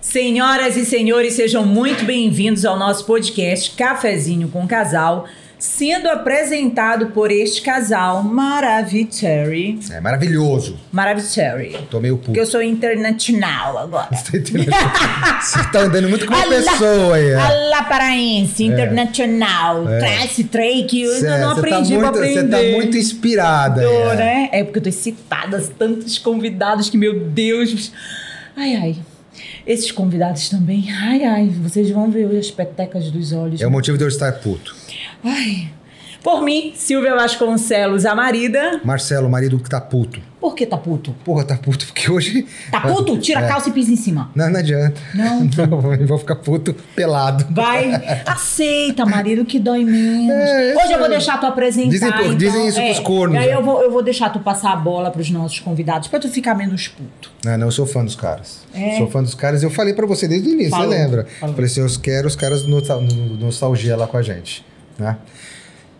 Senhoras e senhores, sejam muito bem-vindos ao nosso podcast Cafezinho com Casal, sendo apresentado por este casal Maravicherry. É maravilhoso. Maravicherry. Tô meio puto. Porque eu sou internacional agora. Tá entendendo? Você tá andando muito com uma Alá- pessoa aí. é. Alá paraense, internacional, É. classe, trem, que eu Cê- ainda não cê tá aprendi muito- pra aprender. Você tá muito inspirada. Tô, é. né? É porque eu tô excitada, tantos convidados que, meu Deus. Ai, ai. Esses convidados também. Ai, ai. Vocês vão ver hoje as petecas dos olhos. É o motivo de eu estar puto. Ai. Por mim, Silvia Vasconcelos, a marida. Marcelo, o marido que tá puto. Por que tá puto? Porra, tá puto porque hoje. Tá puto? É. Tira a calça e pisa em cima. Não, não adianta. Não. Não, eu vou ficar puto pelado. Vai, aceita, marido, que dói menos. É, Hoje isso eu vou é. deixar tu apresentar. Dizem por- então, dizem isso é. pros cornos, E aí né? eu vou, eu vou deixar tu passar a bola pros nossos convidados, pra tu ficar menos puto. Ah, Não, não, eu sou fã dos caras. É? Sou fã dos caras. Eu falei pra você desde o início, Falou, você lembra? falou. Falei assim, eu quero os caras do Nostal- do Nostalgia lá com a gente, né?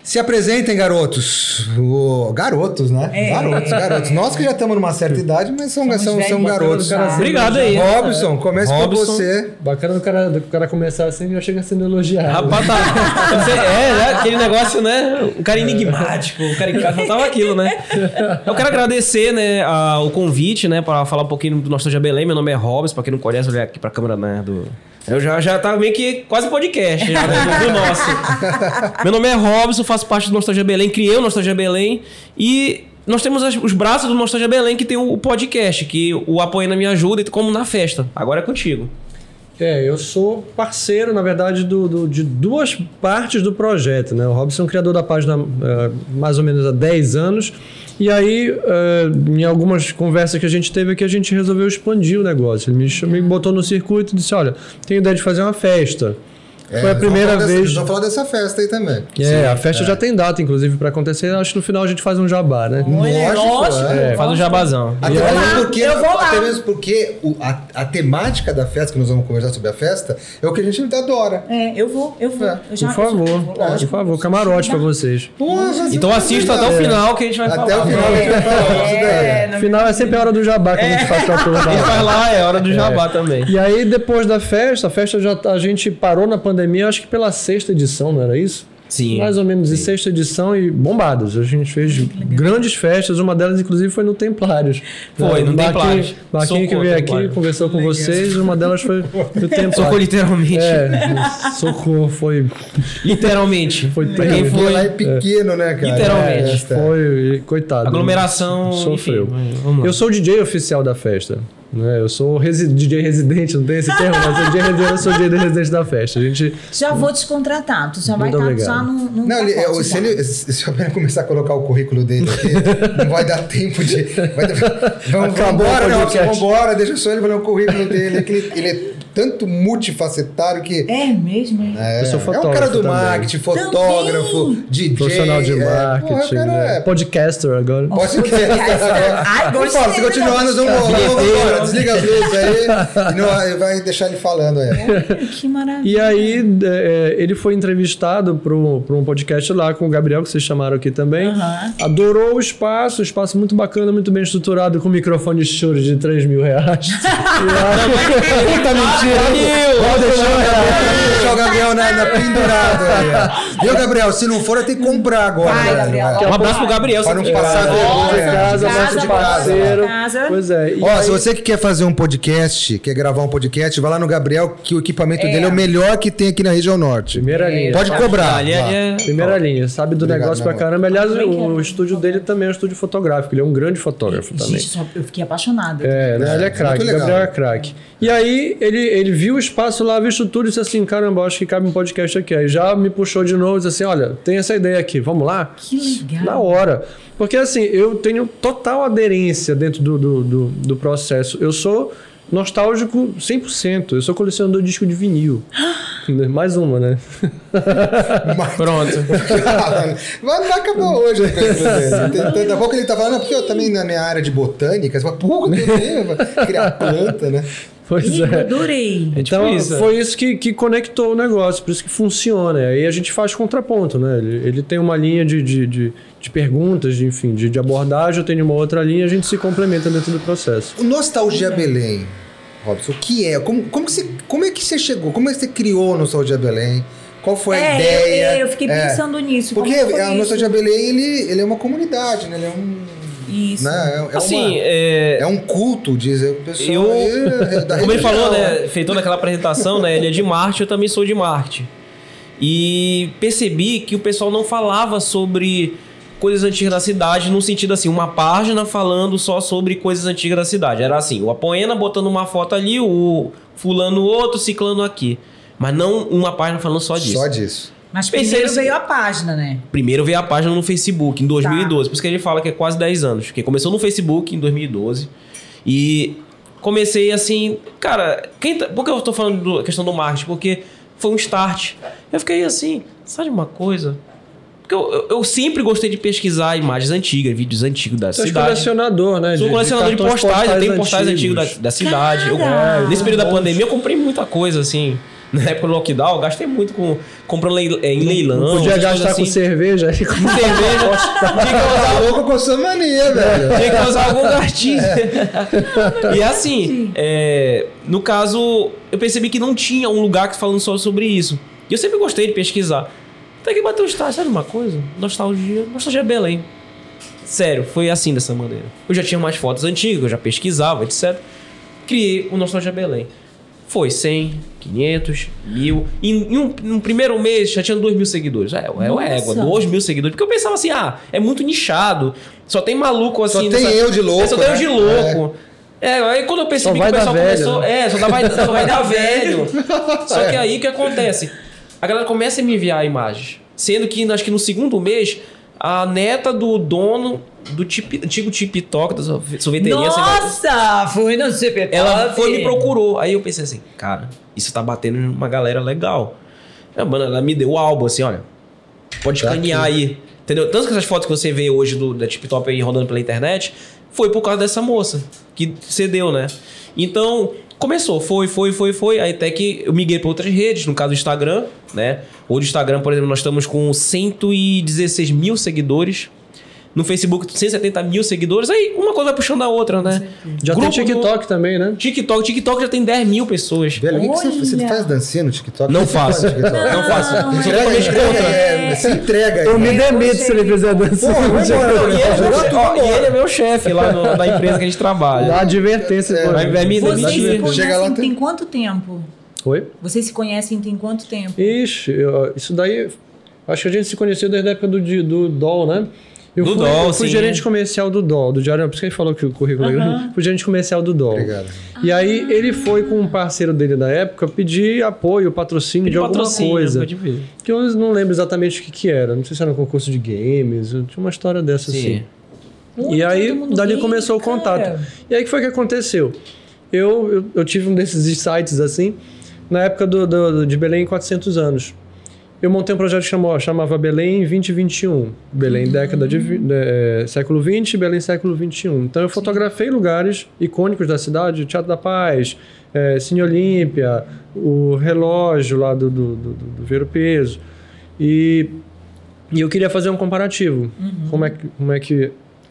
Se apresentem, garotos. O- garotos, né? É. Garotos, garotos. Nós que já estamos numa certa idade, mas são, Somos são, velhos, são botando garotos. o cara- Obrigado aí. né? Robson, comece por Robson. você. Bacana do cara, do cara começar assim e já chega sendo elogiado. Rapaz, tá. Você- é, né? Aquele negócio, né? Um cara enigmático, o cara em casa tava aquilo, né? Eu quero agradecer, né, a- o convite, né, pra falar um pouquinho do Nostalgia Belém. Meu nome é Robson, pra quem não conhece, olha aqui pra câmera, né, do... Eu já, já tava meio que quase podcast, já, né, do, do nosso. Meu nome é Robson, faço parte do Nostalgia Belém, criei o Nostalgia Belém e... Nós temos as- os braços do Nostalgia Belém que tem o, o podcast, que o Apoiando Me Ajuda, e como na festa. Agora é contigo. É, eu sou parceiro, na verdade, do, do- de duas partes do projeto. Né? O Robson é um criador da página eh, mais ou menos há 10 anos. E aí, eh, em algumas conversas que a gente teve aqui, a gente resolveu expandir o negócio. Ele me, chamou- me botou no circuito e disse: Olha, tenho ideia de fazer uma festa. É, Foi a primeira vez. Vamos falar dessa festa aí também. É, a festa já tem data, inclusive, pra acontecer. Acho que no final a gente faz um jabá, né? Olha, Lógico, lógico. é. Faz um jabazão. Até Eu mesmo vou lá, porque, eu vou lá. até mesmo porque o- a, a temática da festa, que nós vamos conversar sobre a festa, é o que a gente adora. É, eu vou, eu vou. É. Eu já, Por favor, eu vou, por lógico. favor, camarote pra vocês. Então assim, assista tá É. até o final que a gente vai Até falar. o final a gente vai falar. nossa ideia. É, No não- final é sempre a hora do jabá que a gente faz pra turma. Quem faz lá é hora do jabá também. Tá. E aí, depois da festa, a festa já tá, a gente parou na pandemia, acho que pela sexta edição, não era isso? Sim. Mais ou menos, e sexta edição e bombadas. A gente fez grandes festas, uma delas, inclusive, foi no Templários. Foi, no Barquinho- Templários. Barquinho Sou que contra veio o aqui, Templários. conversou com vocês, uma delas foi no Templários. Socorro literalmente. É, socorro, foi, Literalmente. Foi pra quem terrível. Porque foi. lá é pequeno, né, cara? Literalmente. É, esta- foi, coitado. Aglomeração. Sofreu. enfim, mas vamos lá. Eu sou o DJ oficial da festa. Né? Eu sou o resi- DJ residente, não tem esse termo, mas eu, DJ residente, eu sou o DJ residente da festa. A gente. é Já vou te contratar, tu já vai Muito estar obrigado. já no, no Não, ele, pacote tá eu- se, já. ele, se se eu apenas começar a colocar o currículo dele aqui, não vai dar tempo de. Vai dar, vamos Acabou embora, o não, podcast. vamos embora, deixa só ele falar o currículo dele. é que ele, ele é tanto multifacetário que. É mesmo, é? É, Eu sou é um cara fotógrafo do também. marketing, fotógrafo, DJ. Profissional de é, marketing, porra, o cara né? é- podcaster agora. Pode que. Ai, Ô, gostei. Paulo, se continuar, nós vamos nós vamos embora. Desliga as luzes aí. e não- vai deixar ele falando aí. Que maravilha. E aí, é, ele foi entrevistado para um podcast lá com o Gabriel, que vocês chamaram aqui também. Aham. Adorou o espaço, um espaço muito bacana, muito bem estruturado, com microfone Shure de 3 mil reais. E aí- Puta mentira! Vou deixar o real. Vou deixar o Gabriel na, na pendurado aí. ó. Viu, Gabriel? Se não for, eu tenho que comprar agora. Vai, velho. Gabriel. Vai. Um abraço pro Gabriel. Para não sabe? passar Volta vergonha. de casa, de volta casa, de parceiro. casa. Pois é. e Ó, aí- se você que quer fazer um podcast, quer gravar um podcast, vai lá no Gabriel, que o equipamento dele é o melhor que tem aqui na região norte. Primeira linha. Pode cobrar. Ali lá. é- Primeira linha, sabe do Obrigado, negócio meu pra caramba. Aliás, é o, o estúdio dele também é um estúdio fotográfico, ele é um grande fotógrafo também. Gente, só, eu fiquei apaixonada. É, né? É, ele é muito craque, legal. Gabriel é craque. E aí, ele, ele viu o espaço lá, viu isso tudo e disse assim: caramba, acho que cabe um podcast aqui. Aí já me puxou de novo e disse assim: olha, tem essa ideia aqui, vamos lá? Que legal. Na hora. Porque assim, eu tenho total aderência dentro do, do, do, do processo. Eu sou nostálgico 100%. Eu sou colecionador de disco de vinil. Mais uma, né? Pronto. Caralho. Mas não acabou hoje. né, cara? Tem- tem- Daqui a pouco ele tá falando, "Não, porque eu também na minha área de botânica, você fala, porra, tem tempo, pra criar planta, né? Pois Ih, é. adorei. É tipo Então isso, foi isso que, que conectou o negócio, por isso que funciona. Aí a gente faz contraponto, né? Ele, ele tem uma linha de, de, de, de perguntas, de, enfim, é. de, de abordagem, eu tenho uma outra linha, a gente se complementa dentro do processo. O Nostalgia Belém Robson, o que é? Como, como, que você, como é que você chegou? Como é que você criou a Nostalgia Belém? Qual foi a É, ideia? eu- eu fiquei É. pensando nisso. Porque como foi a Nostalgia isso? Belém, ele, ele é uma comunidade, né? Ele é um... Isso. Né? É, é uma- Assim, é, é um culto, diz o pessoal. Eu- aí, é da Como religião, ele falou, né? Feitou naquela apresentação, né? Ele é de Marte, eu também sou de Marte. E percebi que o pessoal não falava sobre coisas antigas da cidade, num sentido assim, uma página falando só sobre coisas antigas da cidade. Era assim, o Apoena botando uma foto ali, o fulano outro, ciclano aqui. Mas não uma página falando só disso. Só disso. Mas Pensei primeiro assim- veio a página, né? Primeiro veio a página no Facebook, em 2012. Por isso que ele fala que é quase 10 anos. Porque começou no Facebook em 2012. E comecei assim... Cara, quem tá- por que eu tô falando do- a questão do marketing? Porque foi um start. Eu fiquei assim, sabe uma coisa? Porque eu, eu- eu sempre gostei de pesquisar imagens antigas, vídeos antigos da Você é cidade. colecionador, né? Sou colecionador de cartões postais, eu tenho postais antigos, da, da cidade. Eu- Cara! nesse período da pandemia eu comprei muita coisa, assim. Na época do lockdown, eu gastei muito com. Comprando leil- eh, em leilão. Não podia essas coisas gastar com assim. cerveja. aí com- cerveja. Tinha que Tá usar, louco com sua mania, velho. tinha que usar algum gatilho. e assim, é, no caso, eu percebi que não tinha um lugar que falando só sobre isso. E eu sempre gostei de pesquisar. Até que bateu o estágio, sabe uma coisa? Nostalgia. Nostalgia é Belém. Sério, foi assim dessa maneira. Eu já tinha mais fotos antigas, eu já pesquisava, etc. Criei o Nostalgia Belém. Foi 100, 500, 1000. Em, em um, em um primeiro mês já tinha 2 mil seguidores. É, é uma Nossa. égua, 2 mil seguidores. Porque eu pensava assim, ah, é muito nichado. Só tem maluco assim. Só tem eu de louco, É, só tem eu né? de louco. É. aí quando eu percebi Só que o vai dar pessoal velho, começou. né? É, só, dá- vai, só vai dar velho. Só que aí o que acontece? A galera começa a me enviar imagens. Sendo que acho que no segundo mês, a neta do dono do tip, antigo Tip Toc, da sorve- sorveteria, sei lá, Nossa, fui no CPT. ela foi e assim. me procurou. Aí eu pensei assim, cara, isso tá batendo em uma galera legal. Aí, mano, ela me deu o álbum assim, olha. Pode Tá escanear aí. Entendeu? Tanto que essas fotos que você vê hoje do, da Tip Top aí rodando pela internet foi por causa dessa moça que cedeu, né? Então, começou, foi, foi, foi, foi. Aí até que eu migrei para outras redes, no caso do Instagram, né? Hoje o Instagram, por exemplo, nós estamos com 116 mil seguidores. No Facebook, 170 mil seguidores. Aí uma coisa vai puxando a outra, né? Já tem Grupo do- TikTok também, né? TikTok, TikTok já tem 10 mil pessoas. Velho, o que, que você, Olha. você faz dancinha no TikTok? Não O que você faz faço. no TikTok? Não faço. Não, Sou é. totalmente contra. É, Você entrega aí. Eu me velho. demito se ele fizer dança. Porra, vai embora, Não, e ele, é meu- Joga tudo ó, e embora. ele é meu chefe lá no- na empresa que a gente Dá trabalha. advertência. É, pô. vai- vai me Vocês demitir. se Chega conhecem lá, tem... tem- quanto tempo? Oi? Vocês se conhecem tem quanto tempo? Ixi, eu- isso daí... Acho que a gente se conheceu desde a época do, di- do DOL, né? Eu Do fui, DOL, eu fui sim. gerente comercial do DOL, do Diário... Por isso que ele falou que o currículo... é. Fui gerente comercial do DOL. Obrigado. E aí ele foi com um parceiro dele da época pedir apoio, patrocínio de alguma Patrocínio, coisa. pode ver. Que eu não lembro exatamente o que, que era. Não sei se era um concurso de games, tinha uma história dessa assim. Sim. E Puta, aí, todo mundo dali liga, começou o cara. contato. E aí, o que foi que aconteceu? Eu, eu, eu tive um desses insights, assim, na época do, do- do- de Belém em 400 anos. Eu montei um projeto que chamou, chamava Belém 2021. Belém Uhum. década de, vi- de, eh, século 20 Belém século 21. Então, eu fotografei lugares icônicos da cidade, o Teatro da Paz, eh, Cine Olímpia, o relógio lá do, do, do, do, do Vero Peso. E, e eu queria fazer um comparativo. Como, é que, como é que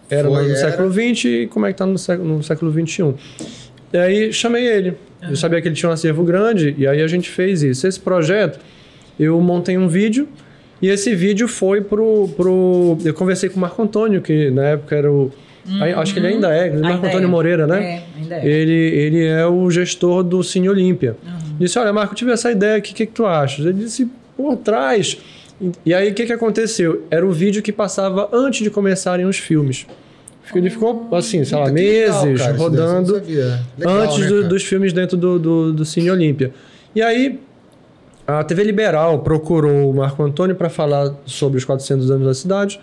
era Foi, lá no era. século XX e como é que tá no século, no século XXI. E um? aí chamei ele. Eu sabia que ele tinha um acervo grande e aí a gente fez isso. Esse projeto, eu montei um vídeo e esse vídeo foi pro... pro eu conversei com o Marco Antônio, que na época era o... aí- Acho que ele ainda é, Uhum. Ainda Marco é. Antônio Moreira, né? É, ainda é. Ele, ele é o gestor do Cine Olímpia. Uhum. Disse, olha, Marco, eu tive essa ideia aqui, o que, que tu achas? Ele disse, pô, traz. E, e aí, o que, que aconteceu? Era o vídeo que passava antes de começarem os filmes. Fica- Ele ficou, assim, sei lá, Puta, que legal, meses cara, isso daí, rodando você não sabia. Legal, antes né, do- cara? dos filmes dentro do, do, do Cine Olímpia. E aí, a TV Liberal procurou o Marco Antônio para falar sobre os 400 anos da cidade.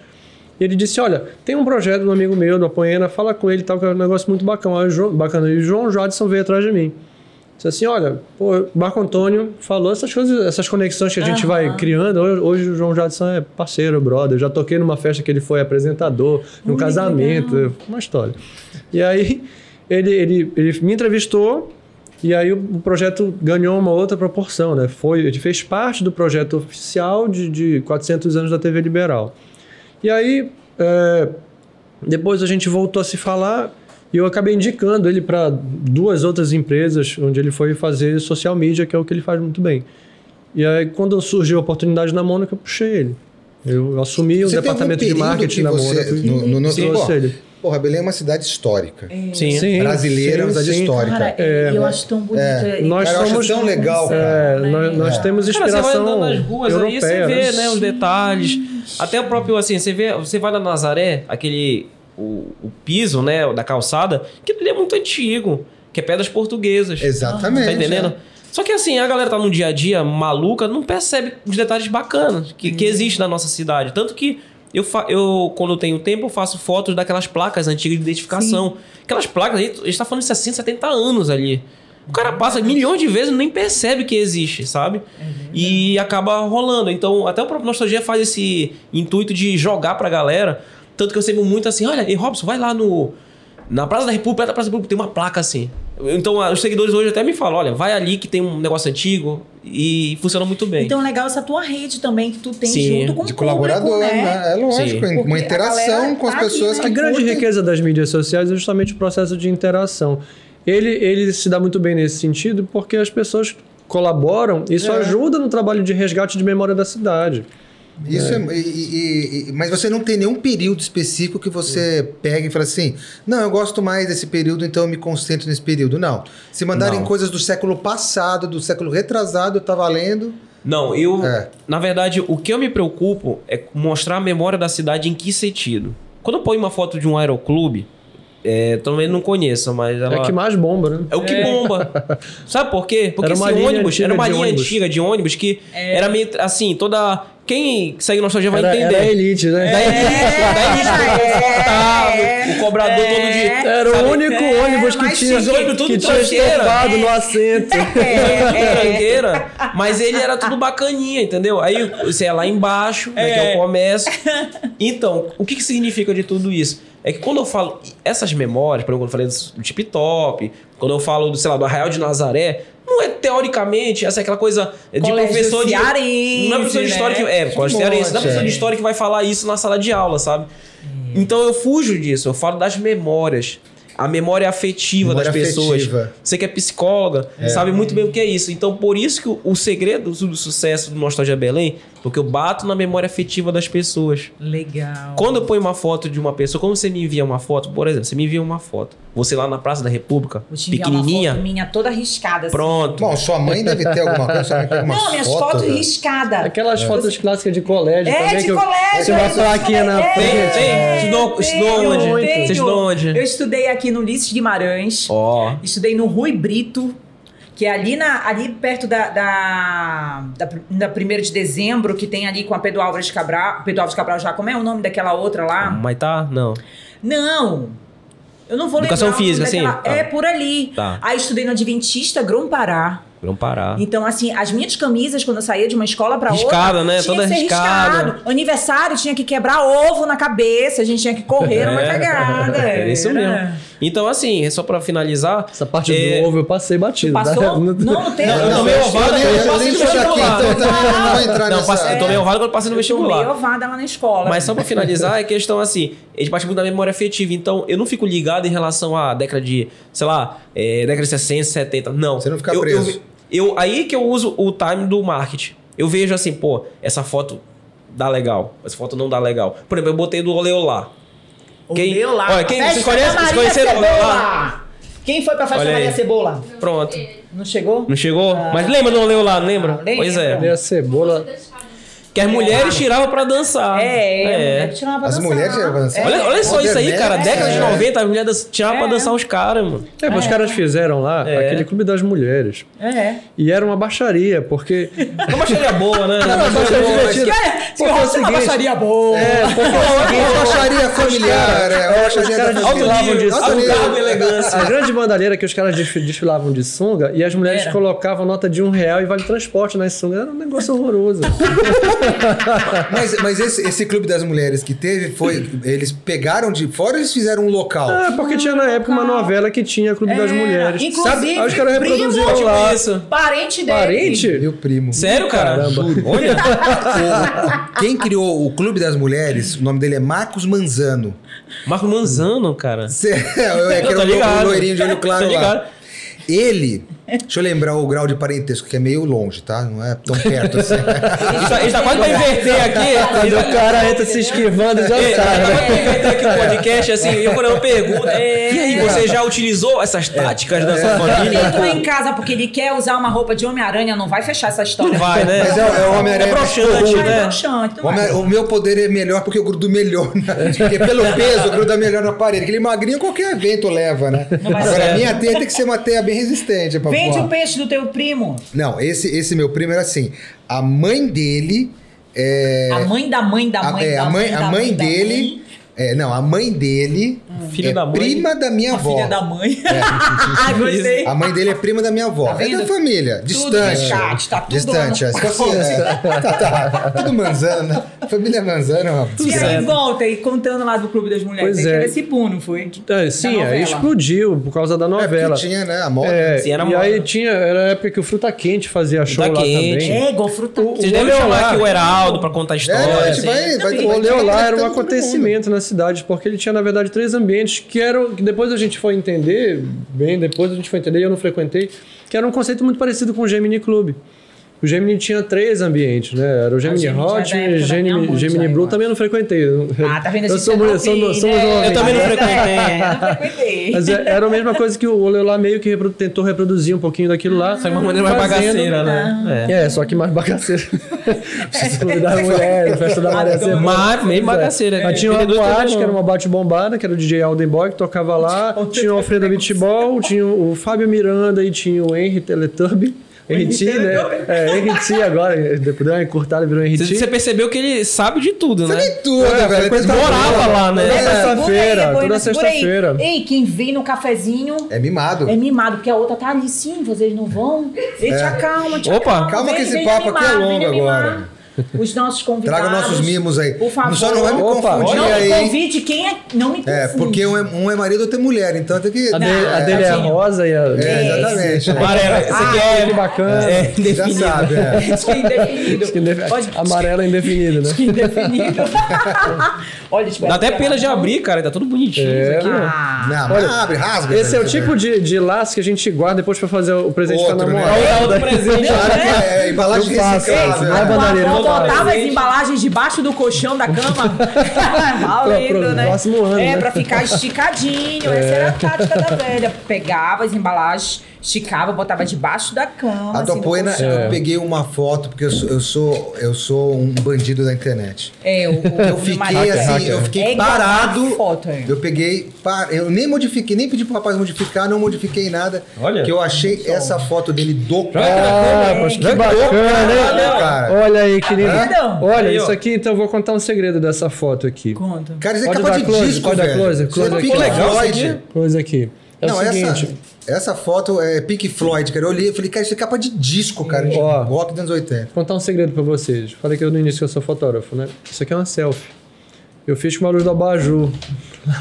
E ele disse: Olha, tem um projeto do amigo meu, do Apoena, fala com ele e tal, que é um negócio muito bacana. Aí o João- bacana. E o João Jadson veio atrás de mim. Disse assim: Olha, pô, Marco Antônio falou essas coisas, essas conexões que a gente vai criando. Hoje, hoje o João Jadson é parceiro, brother. Eu já toquei numa festa que ele foi apresentador, num Olha, que Um casamento, é uma história. E aí ele, ele, ele me entrevistou e aí o o projeto ganhou uma outra proporção, né? Foi, ele fez parte do projeto oficial de, de 400 anos da TV Liberal. E aí, é, depois a gente voltou a se falar E eu acabei indicando ele para duas outras empresas onde ele foi fazer social media, que é o que ele faz muito bem. E aí, quando surgiu a oportunidade na Mônaco, eu puxei ele. Eu assumi o Você teve um departamento de período marketing que da você- Mônaco. e no- no- no- trouxe Pô, ele. Porra, Belém é uma cidade histórica. Sim. Sim, Brasileira, é uma sim, cidade sim. histórica. Cara, eu acho tão bonito. É. e- Nós Cara, eu acho somos tão legal, cara. É, nós, nós É. temos Cara, inspiração você vai andando nas ruas aí, você europeia, vê, né? né, os detalhes. Até o próprio, assim, você vê, você vai na Nazaré, aquele, o, o piso, né, da calçada, que ele é muito antigo, que é pedras portuguesas. Exatamente. Tá entendendo? Só que assim, a galera tá num dia a dia maluca, não percebe os detalhes bacanas que, que existe na nossa cidade. Tanto que eu, fa- eu, quando eu tenho tempo, eu faço fotos daquelas placas antigas de identificação. Aquelas placas, a gente, a gente tá falando de 60, 70 anos ali. O cara passa milhões de vezes e nem percebe que existe, sabe? e acaba rolando. Então, até o próprio Nostalgia faz esse intuito de jogar pra galera. Tanto que eu recebo muito assim, olha, e Robson, vai lá no... Na Praça da República, perto da Praça da República, tem uma placa assim. Então, ah, os seguidores hoje até me falam, olha, vai ali que tem um negócio antigo e funciona muito bem. Então, legal essa tua rede também que tu tem Sim, junto com De o colaborador, público, né? né? É lógico, Porque uma a interação galera com as tá pessoas aqui, A né? que grande curtem. riqueza das mídias sociais é justamente o processo de interação. Ele, ele se dá muito bem nesse sentido porque as pessoas colaboram, isso É. ajuda no trabalho de resgate de memória da cidade. Isso é. e- e- e- mas você não tem nenhum período específico que você pega e fala assim: não, eu gosto mais desse período, então eu me concentro nesse período. Não. Se mandarem Não. coisas do século passado, do século retrasado, tá valendo. Não, eu. É. Na verdade, o que eu me preocupo é mostrar a memória da cidade em que sentido. Quando eu ponho uma foto de um aeroclube, é, também não conheço, mas ela. É que mais bomba, né? É o que bomba. Sabe por quê? Porque Era esse uma linha ônibus antiga era uma de linha ônibus. É. antiga de ônibus que era meio assim, toda. Quem segue nostalgia vai Era, entender. era a elite, né? Da elite, da elite, É, tá, é, o cobrador é. todo de. Era o sabe? único É, ônibus que mas tinha, sim, ônibus tudo que tinha tranqueira. estofado no assento. Muito É, é. tranqueira, mas ele era tudo bacaninha, entendeu? Aí você é lá embaixo, né, que é o comércio. Então, o que, que significa de tudo isso? É que quando eu falo essas memórias, por exemplo, quando eu falei do Tip Top, quando eu falo do, sei lá, do Arraial de Nazaré, não é teoricamente essa é aquela coisa de Colégio professor de. cearense, não é professor de né? história que. É, colégio monte, cearense, não é professor é. de história que vai falar isso na sala de aula, sabe? Hum. Então eu fujo disso, eu falo das memórias. A memória afetiva Memória das pessoas. afetiva. Você que é psicóloga, sabe muito bem o que é isso. Então, por isso que o, o segredo do sucesso do Nostalgia Belém, porque eu bato na memória afetiva das pessoas. Legal. Quando eu ponho uma foto de uma pessoa, quando você me envia uma foto, por exemplo, você me envia uma foto, você lá na Praça da República, Vou te enviar uma foto pequenininha, minha toda riscada. assim. pronto. Bom, sua mãe deve ter alguma coisa, sua mãe tem algumas Não, minhas fotos, fotos né? riscadas. Aquelas fotos clássicas de colégio É, também. de que eu- colégio, Você vai é, falar aqui na é, tem, frente. tem. Estudou, Tenho, estudou onde? tenho. Você estudou Eu onde? estudei aqui no Ulisses Guimarães. Ó. Estudei no Rui Brito, que é ali, na, ali perto da, da, da, da 1 de dezembro, que tem ali com a Pedro Álvares Cabral. Pedro Álvares Cabral já, como é o nome daquela outra lá? Mas tá? Não. Não! Eu não vou Educação lembrar. o nome física, assim? daquela- É Tá. por ali. Tá. Aí estudei no Adventista Grão Pará. Vamos parar. Então, assim, as minhas camisas, quando eu saía de uma escola pra Riscada, outra. né? Tinha Toda que ser riscada. riscado. Aniversário tinha que quebrar ovo na cabeça, a gente tinha que correr era uma É, cagada. Era isso era. mesmo. Então, assim, só pra finalizar. Essa parte É. do ovo eu passei batido. tá? Passou? Não, não tem. Não, não, meu Eu ovado, nem- eu eu passei nem no sou daqui, vestibular. então eu também não vou entrar Não, nessa... passei, eu tomei um- ovado quando passei no Eu tomei vestibular. ovada lá na escola. né? Mas só pra finalizar, é questão assim, a gente parte muito da memória afetiva, então eu não fico ligado em relação à década de, sei lá, é, década de 60, 70, não. Você não fica eu, preso. Eu, eu- aí que eu uso o time do marketing. Eu vejo assim, pô, essa foto dá legal, essa foto não dá legal. Por exemplo, eu botei do Oleolá. O Quem- meu lá. Olha, quem- Festa vocês conhecem- da vocês Maria conheceram Cebola? lá? Quem foi pra festa Olha da Maria aí. Cebola? Pronto. Não chegou? Não chegou? Mas lembra do Oleolá, não lembra? Não, lembro. Pois Cadê é. a cebola? Que as mulheres tiravam pra dançar. É, é. mulher que tirava pra As dançar. mulheres já É. avançaram. Olha, olha só isso aí, cara. É. Década de 90, as mulheres dan- tiravam pra É. dançar os caras, mano. É, os caras fizeram lá É. aquele clube das mulheres. É. E era uma baixaria, porque. Uma baixaria boa, né? Era uma é baixaria divertida. Se Porque é o fosse uma seguinte, baixaria boa. é, porque é o seguinte, Uma baixaria familiar, é, uma os baixaria caras da Alto família. desfilavam de nível, alto cargo e sunga. elegância. A grande bandalheira é que os caras desfi- desfilavam de sunga e as mulheres Era. colocavam nota de um real e vale transporte nas sungas. Era um negócio horroroso. Mas, mas esse, esse clube das mulheres que teve foi. Eles pegaram de fora eles fizeram um local? É, porque tinha na época uma novela que tinha Clube das Mulheres. É, Inclusive, Sabe? Aí os caras reproduziram primo, um lá. isso. Parente dele. Parente? Meu primo. Sério, cara? Caramba. Olha. O- o- Quem criou o Clube das Mulheres, o nome dele é Marcos Manzano. Marco Manzano, cara. Cê- é Eu aquele tô o ligado. loirinho de olho claro Tô lá. ligado. Ele, deixa eu lembrar o grau de parentesco, que é meio longe, tá? Não é tão perto assim. A gente tá, a gente tá quase pra inverter Tá aqui. tá Quando o cara entra se esquivando, já É, sabe. eu tava aproveitando aqui o podcast, assim, e eu quando eu pergunto, é, e aí, você já utilizou essas táticas da É. sua Ele família? entrou em casa porque ele quer usar uma roupa de Homem-Aranha, não vai fechar essa história. Não vai, né? Mas é, é o Homem-Aranha. É broxante, Vai, né? vai, chante, não O, Homem- Então vai. o meu poder é melhor porque eu grudo melhor. Né? É. Porque pelo peso, eu grudo melhor na parede. Aquele magrinho qualquer vento leva, né? vai Agora, ser. a minha teia tem que ser uma teia bem resistente. Pra Vende voar. o peixe do teu primo. Não, esse, esse meu primo era assim. A mãe dele. É, A mãe da mãe da a- mãe. é, da a mãe, a da mãe da dele. é, não, a mãe dele. Filha é da mãe. Prima da minha mãe, avó. Filha da mãe. É, Ai, gostei. A mãe dele é prima da minha avó. Tá é da vendo? família. Distante. rescate, tá tudo distante. lá é. no- Se fosse, é, tá, tá, tudo manzano, né? Família manzano é uma E aí certo. volta aí, contando lá do Clube das Mulheres. Pois Ele é. teve esse pulo, não foi? É, sim, Da novela. aí explodiu por causa da É, novela. porque tinha, né? A moda. É, Sim, era e moda. aí tinha, era a época que o Fruta Quente fazia show lá Quente. também. É, igual fruta. Vocês O devem olhar. chamar aqui o Heraldo pra contar a É, história. não, a gente tipo, assim. vai, vai, tem- vai- O Leo lá era um todo mundo. acontecimento na cidade, porque ele tinha, na verdade, três ambientes que eram. que depois a gente foi entender, bem, depois a gente foi entender, e eu não frequentei, que era um conceito muito parecido com o Gemini Club. O Gemini tinha três ambientes, né? Era o Gemini Gemini já é Hot, da época da minha Gemini, mãe, Gemini já, Blue, eu também eu não frequentei. Ah, tá vendo? A Eu gente sou, é mulher, novinho, somos, somos né? jovens. Eu também não É, frequentei. não frequentei. Mas é- era a mesma coisa que o Oleu lá meio que repro- tentou reproduzir um pouquinho daquilo lá. Só que de uma maneira mais fazendo- bagaceira, né? É, só que mais bagaceira. É, Precisa convidar mulher, festa da É. bagaceira. Mas meio bagaceira. né? é Mas tinha uma Empreendedor boate, também que era não. uma boate bombada, que era o DJ Aldenboy, que tocava lá. Tinha o Alfredo Beatball, tinha o Fábio Miranda e tinha o Henry Teletubby. Henry T, né? É, Henry T agora, depois deu uma encurtada e virou Henry Você você T. percebeu que ele sabe de tudo, né? Tem tudo, É, velho. frequenta- Tem- Morava lá, né? Toda Mas segura aí, sexta-feira, Boina, toda segura aí. sexta-feira. Ei, quem vem no cafezinho É mimado. é mimado, porque a outra tá ali, sim, vocês não vão. Ei, É. te acalma, te Opa. acalma. Calma que vem, esse vem papo aqui é mimar, longo vem mimar. agora. Os nossos convidados. Traga nossos mimos aí. Por favor. Só não vai me Opa, confundir Não me aí. hein? convide quem é. Não me confunde. É, porque um é, um é marido e outro é mulher, então tem que. A dele, a dele é a Tadinho. rosa e a... É, exatamente. Amarela, Ah, você quer. Que bacana. É, Já indefinido. sabe, é. Acho que é indefinido. Acho que deve- Pode- Amarela é indefinida, né? Acho que é indefinido. Olha, espera. Dá até pena de abrir, cara. Tá tudo bonitinho. isso É, aqui. mano. Ah, Não, mas Olha, abre, rasga. Esse é o velho. tipo de, de laço que a gente guarda depois pra fazer o presente pra Outro, né? namorada. Dá outro presente. né? É, é, é embalagem Eu faço, reciclável. vai né? mandar- a Bandeira, avó vamos lá. botava as embalagens debaixo do colchão da cama. Pra- Valendo, pro né? próximo ano, é, né? É. pra ficar esticadinho. Essa era a tática da velha. Pegava as embalagens, esticava, botava debaixo da cama. A assim, do Topoena, colchão. É. eu peguei uma foto, porque eu sou, eu sou, eu sou um bandido da internet. É, o, o Eu meu fiquei marido- assim, eu É fiquei igual a parado. foto, é. Eu peguei, pa- eu nem modifiquei, nem pedi pro rapaz modificar, não modifiquei nada. Olha. Que eu achei essa foto dele do Ah, pois É, que bacana, Olha, hein? cara. É? Olha aí, querido. Perdão. Olha, Aí, ó. isso aqui, então eu vou contar um segredo dessa foto aqui. Conta. Cara, isso é Pode capa dar de close, disco, pode dar velho. close, Isso close é aqui. Pink Legal isso Floyd. aqui. Coisa aqui. É Não, o seguinte. essa, essa foto é Pink Floyd, cara. Eu olhei e falei, cara, isso é capa de disco, cara. De Ó. rock dos anos 80. Vou contar um segredo pra vocês. Falei que eu no início que eu sou fotógrafo, né? Isso aqui é uma selfie. Eu fiz com uma luz do abajur.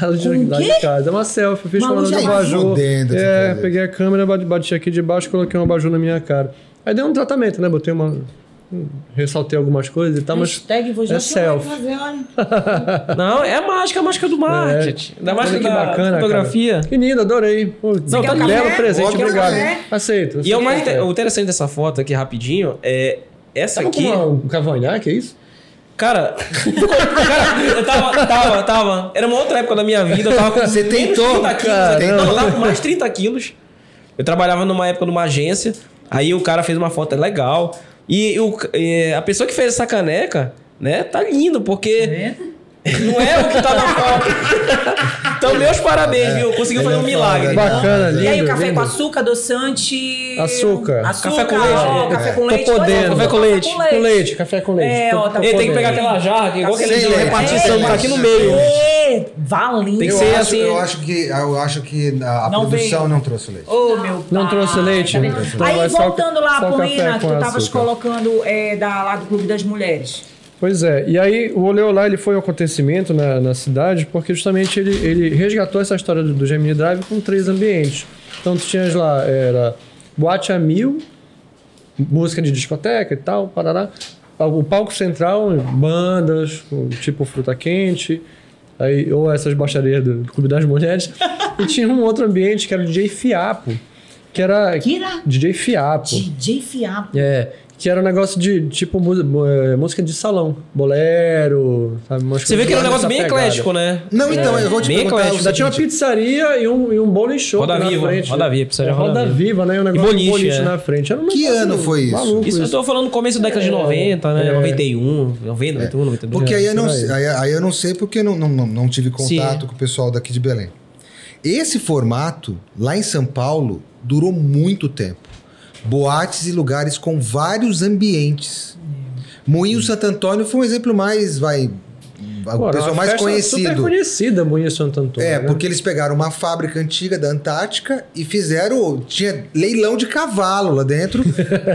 Lá de, Com o lá de quê? casa. É uma selfie. Eu fiz Uma com uma luz luz do de abajur. abajur. Fudendo, é, fudendo. peguei a câmera, bate- bati aqui de baixo, coloquei um abajur na minha cara. Aí dei um tratamento, né? Botei uma... Ressaltei algumas coisas e tal, mas... Hashtag vou já é selfie. Tá fazer, olha. Não, é a mágica, a mágica do marketing. Da Olha mágica da cara. fotografia. Que lindo, adorei. Pô, Não, tá belo lindo. presente, Ótimo obrigado. café. Aceito. E é o, mais aceito. inte- o interessante dessa foto aqui, rapidinho, é essa Tava com aqui. uma- um cavanhaque, é isso? Cara, cara, eu tava, tava, tava. Era uma outra época da minha vida. Eu tava com Você menos tentou, 30 quilos. cara. eu- Não, eu tava com mais 30 quilos. Eu trabalhava numa época numa agência. Aí o cara fez uma foto é legal. E o, eh, a pessoa que fez essa caneca, né, tá lindo, porque não é o que tá na foto. então, meus parabéns, viu? Conseguiu fazer um Ele é milagre. foda, Bacana, né? E aí, o Lindo, café lindo. com açúcar, adoçante. Açúcar. Açúcar, Café com leite. ó, É. Café com Tô leite. podendo. olha, Café com leite. Com leite, café com leite. É, ó, tá Ele tem que podendo. pegar aquela jarra, que igual Tá aquele de sem leite. repartição, É. tá aqui no meio. É, valendo. Tem que Eu, ser acho, assim- eu acho que eu acho que a, a Não produção veio. não trouxe leite. Ô, meu pai. Não trouxe leite? Tá vendo? Não trouxe Aí, leite. Só- voltando lá, só café Polina, que com tu tavas açúcar. colocando é, da, lá do Clube das Mulheres. Pois é, e aí o Oleolá ele foi um acontecimento na, na cidade porque justamente ele, ele resgatou essa história do, do Gemini Drive com três ambientes. Então tu tinhas lá, era boate a mil, música de discoteca e tal, parará. O palco central, bandas, com- tipo Fruta Quente, aí, ou essas baixarias do Clube das Mulheres. e tinha um outro ambiente que era o DJ Fiapo, que era... Que era DJ Fiapo. DJ Fiapo. É, que era um negócio de, tipo, mu- mu- é, música de salão. Bolero, sabe? umas Você vê coisas que era um nessa tá negócio bem pegada. eclético, né? Não, então, eu vou te Bem perguntar o eclético. Ainda tinha uma seguinte. pizzaria e um, e um bowling show Roda na Viva, frente. Roda né? Viva, precisa de É, Roda Roda Viva. Viva, né? E um negócio boliche, com boliche é. na frente. Era um Que negócio ano foi isso? É, maluco Isso eu tô falando no começo da década de 90, né? 91, 90, 91, 92. Porque aí eu não, por aí. aí, aí eu não sei porque eu não, não, não, não tive contato Sim. com o pessoal daqui de Belém. Esse formato, lá em São Paulo, durou muito tempo. Boates e lugares com vários ambientes. Moinho Santo Antônio foi um exemplo mais, vai... Pô, o era pessoal uma mais festa é Super conhecido. conhecida, Moinha Santo Antônio. É, né? porque eles pegaram uma fábrica antiga da Antártica e fizeram. Tinha leilão de cavalo lá dentro,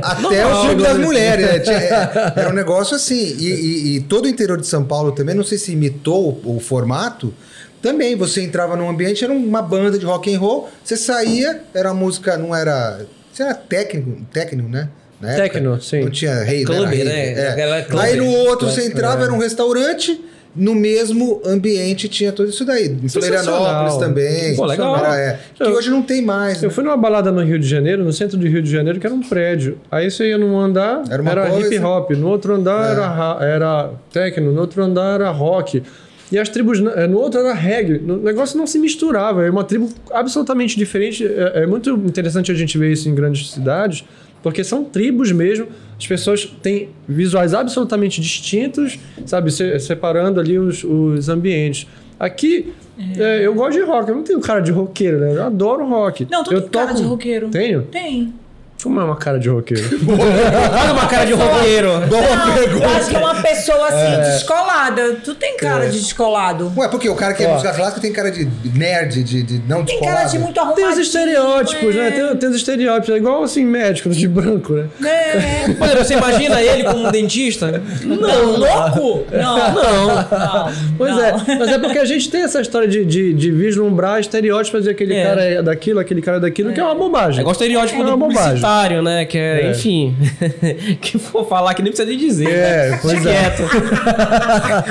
até o Clube das Mulheres. né? Tinha- é, era um negócio assim. E, e- e todo o interior de São Paulo também, não sei se imitou o, o formato. Também você entrava num ambiente, era uma banda de rock and roll, você saía, era música, não era. Você era técnico, técnico, né? Na época. Techno, sim. Não tinha rei, não era Clube, rave, né? é. Era clube. Aí no outro você entrava, era um restaurante, no mesmo ambiente tinha tudo isso daí. Em Florianópolis também. Pô, legal. Era, é, que Eu- hoje não tem mais. né? Eu fui numa balada no Rio de Janeiro, no centro do Rio de Janeiro, que era um prédio. Aí você ia num andar, Era era, uma coisa. É. hip hop, no outro andar era, ra- era techno, no outro andar era rock. E as tribos, na- eh, no outro era reggae. No- O negócio não se misturava, era uma tribo absolutamente diferente. É, é muito interessante a gente ver isso em grandes cidades, porque são tribos mesmo. As pessoas têm visuais absolutamente distintos, sabe? Se- separando ali os, os ambientes. Aqui, eh, eu gosto de rock, eu não tenho cara de roqueiro, né? Eu adoro rock. Não, tu eu tem cara de roqueiro. Tenho? Tem. Como é uma cara de roqueiro? Olha uma cara de roqueiro. Não, eu acho que é uma pessoa assim, É. descolada. Tu tem cara de descolado. Ué, porque o cara que é música clássica tem cara de nerd, de, de não Tem cara de descolado. muito é. arrumado. Tem os estereótipos, né? Tem, tem os estereótipos. É igual assim, médico de branco, né? É. Mano, você imagina ele como um dentista? Não, louco? Não, não. Pois não. é, mas é porque a gente tem essa história de, de, de vislumbrar estereótipos e aquele É. cara é daquilo, aquele cara é daquilo, que é uma bobagem. É igual estereótipo É do uma bobagem. publicitário, né? Que é, É. enfim. que for falar que nem precisa nem dizer. né? É, pois Deixa é. quieto.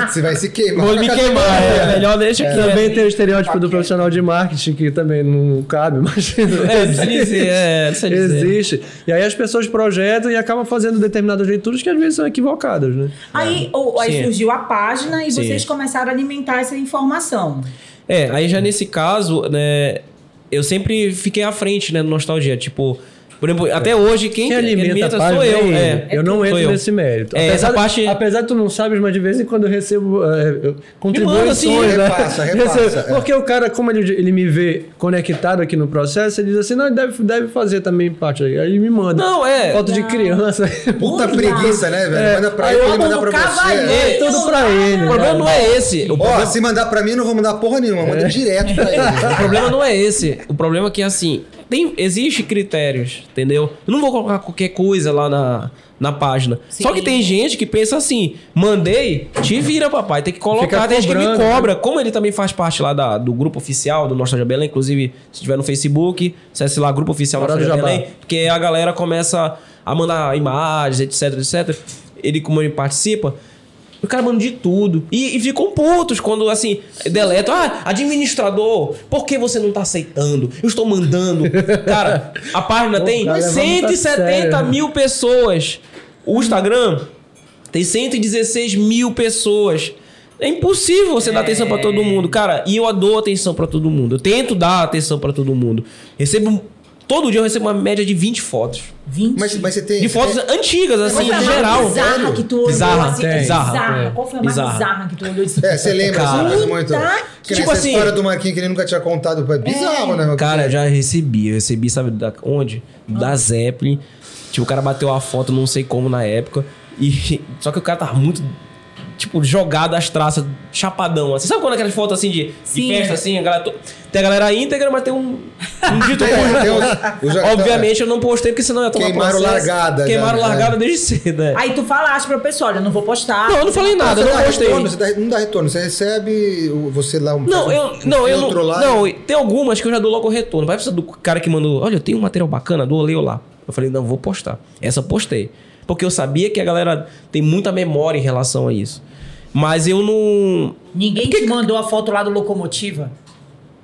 Você vai se queimar. né, Vou com a me cara- queimar. É. Melhor deixa quieto. Também tem o estereótipo do profissional de marketing, que também não cabe, mas. É, não sei dizer, é, não sei dizer. Existe. E aí as pessoas projetam e acabam fazendo determinadas leituras que às vezes são equivocadas, né? Aí, ou- aí Sim. surgiu a página e Sim. vocês começaram a alimentar essa informação. É, aí já nesse caso, né, eu sempre fiquei à frente, né, no Nostalgia. Tipo, por exemplo, até hoje, quem, Quem alimenta, a página sou eu. é É, ele. eu não Sou entro eu. nesse mérito. É, essa parte- apesar de tu não sabes, mas de vez em quando eu recebo é, eu- manda, contribuições. sim. né? Repassa, repassa, Recebo. é. Porque o cara, como ele, ele me vê conectado aqui no processo, ele diz assim, não, ele deve, deve fazer também parte aí. Aí ele me manda. Não, é. Foto de criança. Puta preguiça, né, velho? É. Manda pra Aí ele, eu ele manda amo pra cavalheiro. você. É, tudo pra ele. O problema não é esse. O Ó, problema, se mandar pra mim, eu não vou mandar porra nenhuma. Manda direto pra ele. o problema É. não é esse. O problema é que, assim, tem, existe critérios, entendeu? Eu não vou colocar qualquer coisa lá na, na página. Sim. Só que tem gente que pensa assim, mandei, te vira, papai. Tem que colocar, Fica tem gente que me cobrando, né? cobra. Como ele também faz parte lá da- do grupo oficial do Nostalgia Belém, inclusive, se tiver no Facebook, acesse lá, grupo oficial Hora do Nostalgia jabá. Belém, porque a galera começa a mandar imagens, etc, etc. Ele, como ele participa, o cara manda de tudo. E, e ficam putos quando, assim, deletam. Ah, administrador, por que você não tá aceitando? Eu estou mandando. Cara, a página Pô, tem cara, leva muito a 170 sério, né? mil pessoas. O Instagram tem 116 mil pessoas. É impossível você dar atenção É. pra todo mundo, cara. E eu dou atenção pra todo mundo. Eu tento dar atenção pra todo mundo. Recebo. Todo dia eu recebo uma média de 20 fotos. 20. Mas, mas você tá tem. De fotos antigas, Qual assim, foi é a em mais geral. bizarra que tu olhou? Bizarra, assim, tem, bizarra. bizarra. é. Qual foi a mais Bizarra. bizarra, que tu olhou? e disse, É, você lembra Cara. dessa coisa muito. Que Tipo tipo essa assim- história do Marquinhos que ele nunca tinha contado. pra- É. Bizarro, né? meu? Cara, eu já recebi. Eu recebi, sabe da onde? Ah. Da Zeppelin. Tipo, o cara bateu a foto, não sei como, na época. E, só que o cara tava muito tipo, jogado as traças, chapadão. Assim. Sabe quando aquelas fotos assim de, de Sim. festa, assim? A galera, to- tem a galera íntegra, mas tem um. Um dito Tem- por- tem os- os- Obviamente eu não postei, porque senão eu ia tomar Queimaram largada já, Queimaram né? largada desde cedo. é. Aí tu falaste pro pessoal, eu não vou postar. Não, eu não falei nada, eu você não dá postei. retorno, você dá- não dá retorno. Você recebe o- você lá um. Não, faz eu um- um não, eu não, filtro lá. não, tem algumas que eu já dou logo o retorno. Vai precisar do cara que mandou, olha, eu tenho um material bacana, do olhei lá. Eu falei, não, vou postar. Essa eu postei. Porque eu sabia que a galera tem muita memória em relação a isso. Mas eu não. Ninguém te mandou a foto lá do Locomotiva?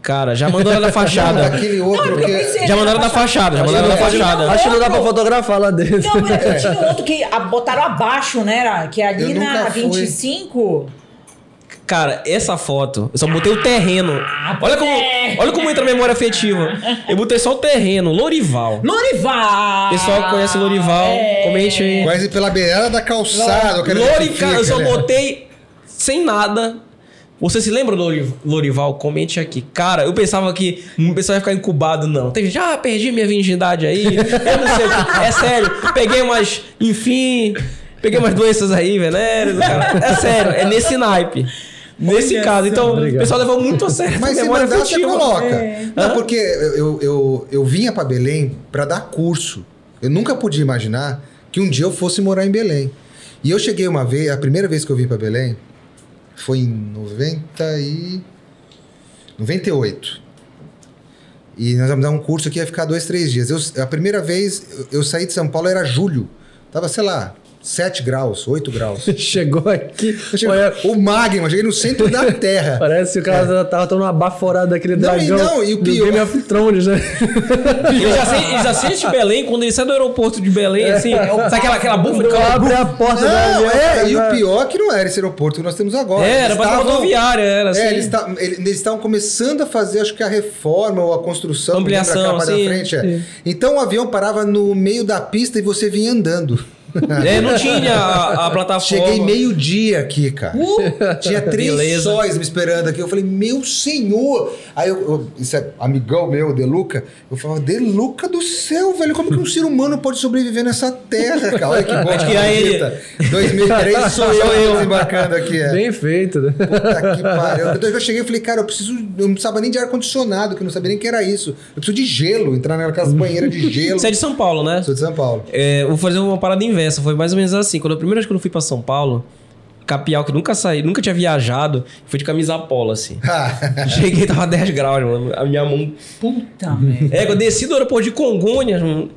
Cara, já mandaram na fachada. Aquele outro Não, que. eu pensei- já mandaram na fachada, já Acho que mandaram na não- fachada. Acho que não dá pra fotografar lá dentro. Não, mas tinha outro que a- botaram abaixo, né? era? Que ali Eu na nunca fui. 25... Cara, essa foto, eu só botei o terreno. Olha como, moleque. olha como entra a memória afetiva. Eu botei só o terreno, Lorival. Lorival! Pessoal que conhece o Ah, Lorival, é. comente aí. é Quase pela beirada da calçada. eu quero ver Lori, se cara, fica, eu só né? botei sem nada. Você se lembra do Lori- Lorival? Comente aqui. Cara, eu pensava que o pessoal ia ficar incubado, não. Tem gente, ah, perdi minha virgindade aí. Eu não sei. o quê. É sério. Peguei umas, enfim, peguei umas doenças aí, venéreas. cara. É sério, é nesse naipe. Nesse caso. Então, o Obrigado. pessoal levou muito a sério. essa Mas se memória mandar, você afetiva. É. coloca. Hã? Não, porque eu, eu, eu, eu vinha pra Belém pra dar curso. Eu nunca podia imaginar que um dia eu fosse morar em Belém. E eu cheguei uma vez, a primeira vez que eu vim pra Belém foi em 90 e... 98. E nós vamos dar um curso que ia ficar dois, três dias. Eu- a primeira vez eu- eu saí de São Paulo era julho. Tava, sei lá, 7 graus, 8 graus. Chegou aqui, Eu cheguei- olha, o magma, cheguei no centro da terra. parece que o cara tava tomando uma baforada daquele Não, e dragão. não, e o do pior- Game of Thrones, né? Ele já, sente, ele já sente Belém, quando ele sai do aeroporto de Belém, assim, sabe aquela, aquela bufa de Não abre a porta do Não, avião, cara, é, e o vai- pior que não era esse aeroporto que nós temos agora. É, era Eles pra estavam- rodoviária, era assim. É, eles ta- ele- eles estavam começando a fazer, acho que a reforma ou a construção. Ampliação, lembra a capa sim, da frente, é. Então o avião parava no meio da pista e você vinha andando. É, não tinha a, a plataforma. né? Uh, Cheguei meio-dia aqui, cara. Tinha três Tá Beleza. sóis me esperando aqui. Eu falei, meu senhor! Aí eu, eu- isso é amigão meu, Deluca, eu falava, Deluca do céu, velho, como que um ser humano pode sobreviver nessa terra, cara? Olha que bom. Acho que aí ele- 2003 sou eu, Sou eu. eu desembarcando aqui. É. Bem feito, né? Puta que pariu. Então, eu cheguei e falei, cara, eu preciso. Eu não precisava nem de ar-condicionado, que eu não sabia nem que era isso. Eu preciso de gelo, entrar naquelas banheiras de gelo. Hum. Você é de São Paulo, né? Sou de São Paulo. É, vou fazer uma parada inversa. Foi mais ou menos assim. Quando a primeira vez que eu fui pra São Paulo, Capial, que eu nunca saí, nunca tinha viajado, fui de camisa polo, assim. Cheguei, tava 10 graus, mano. A minha mão. Puta merda. É, eu desci do aeroporto de Congonhas, mano.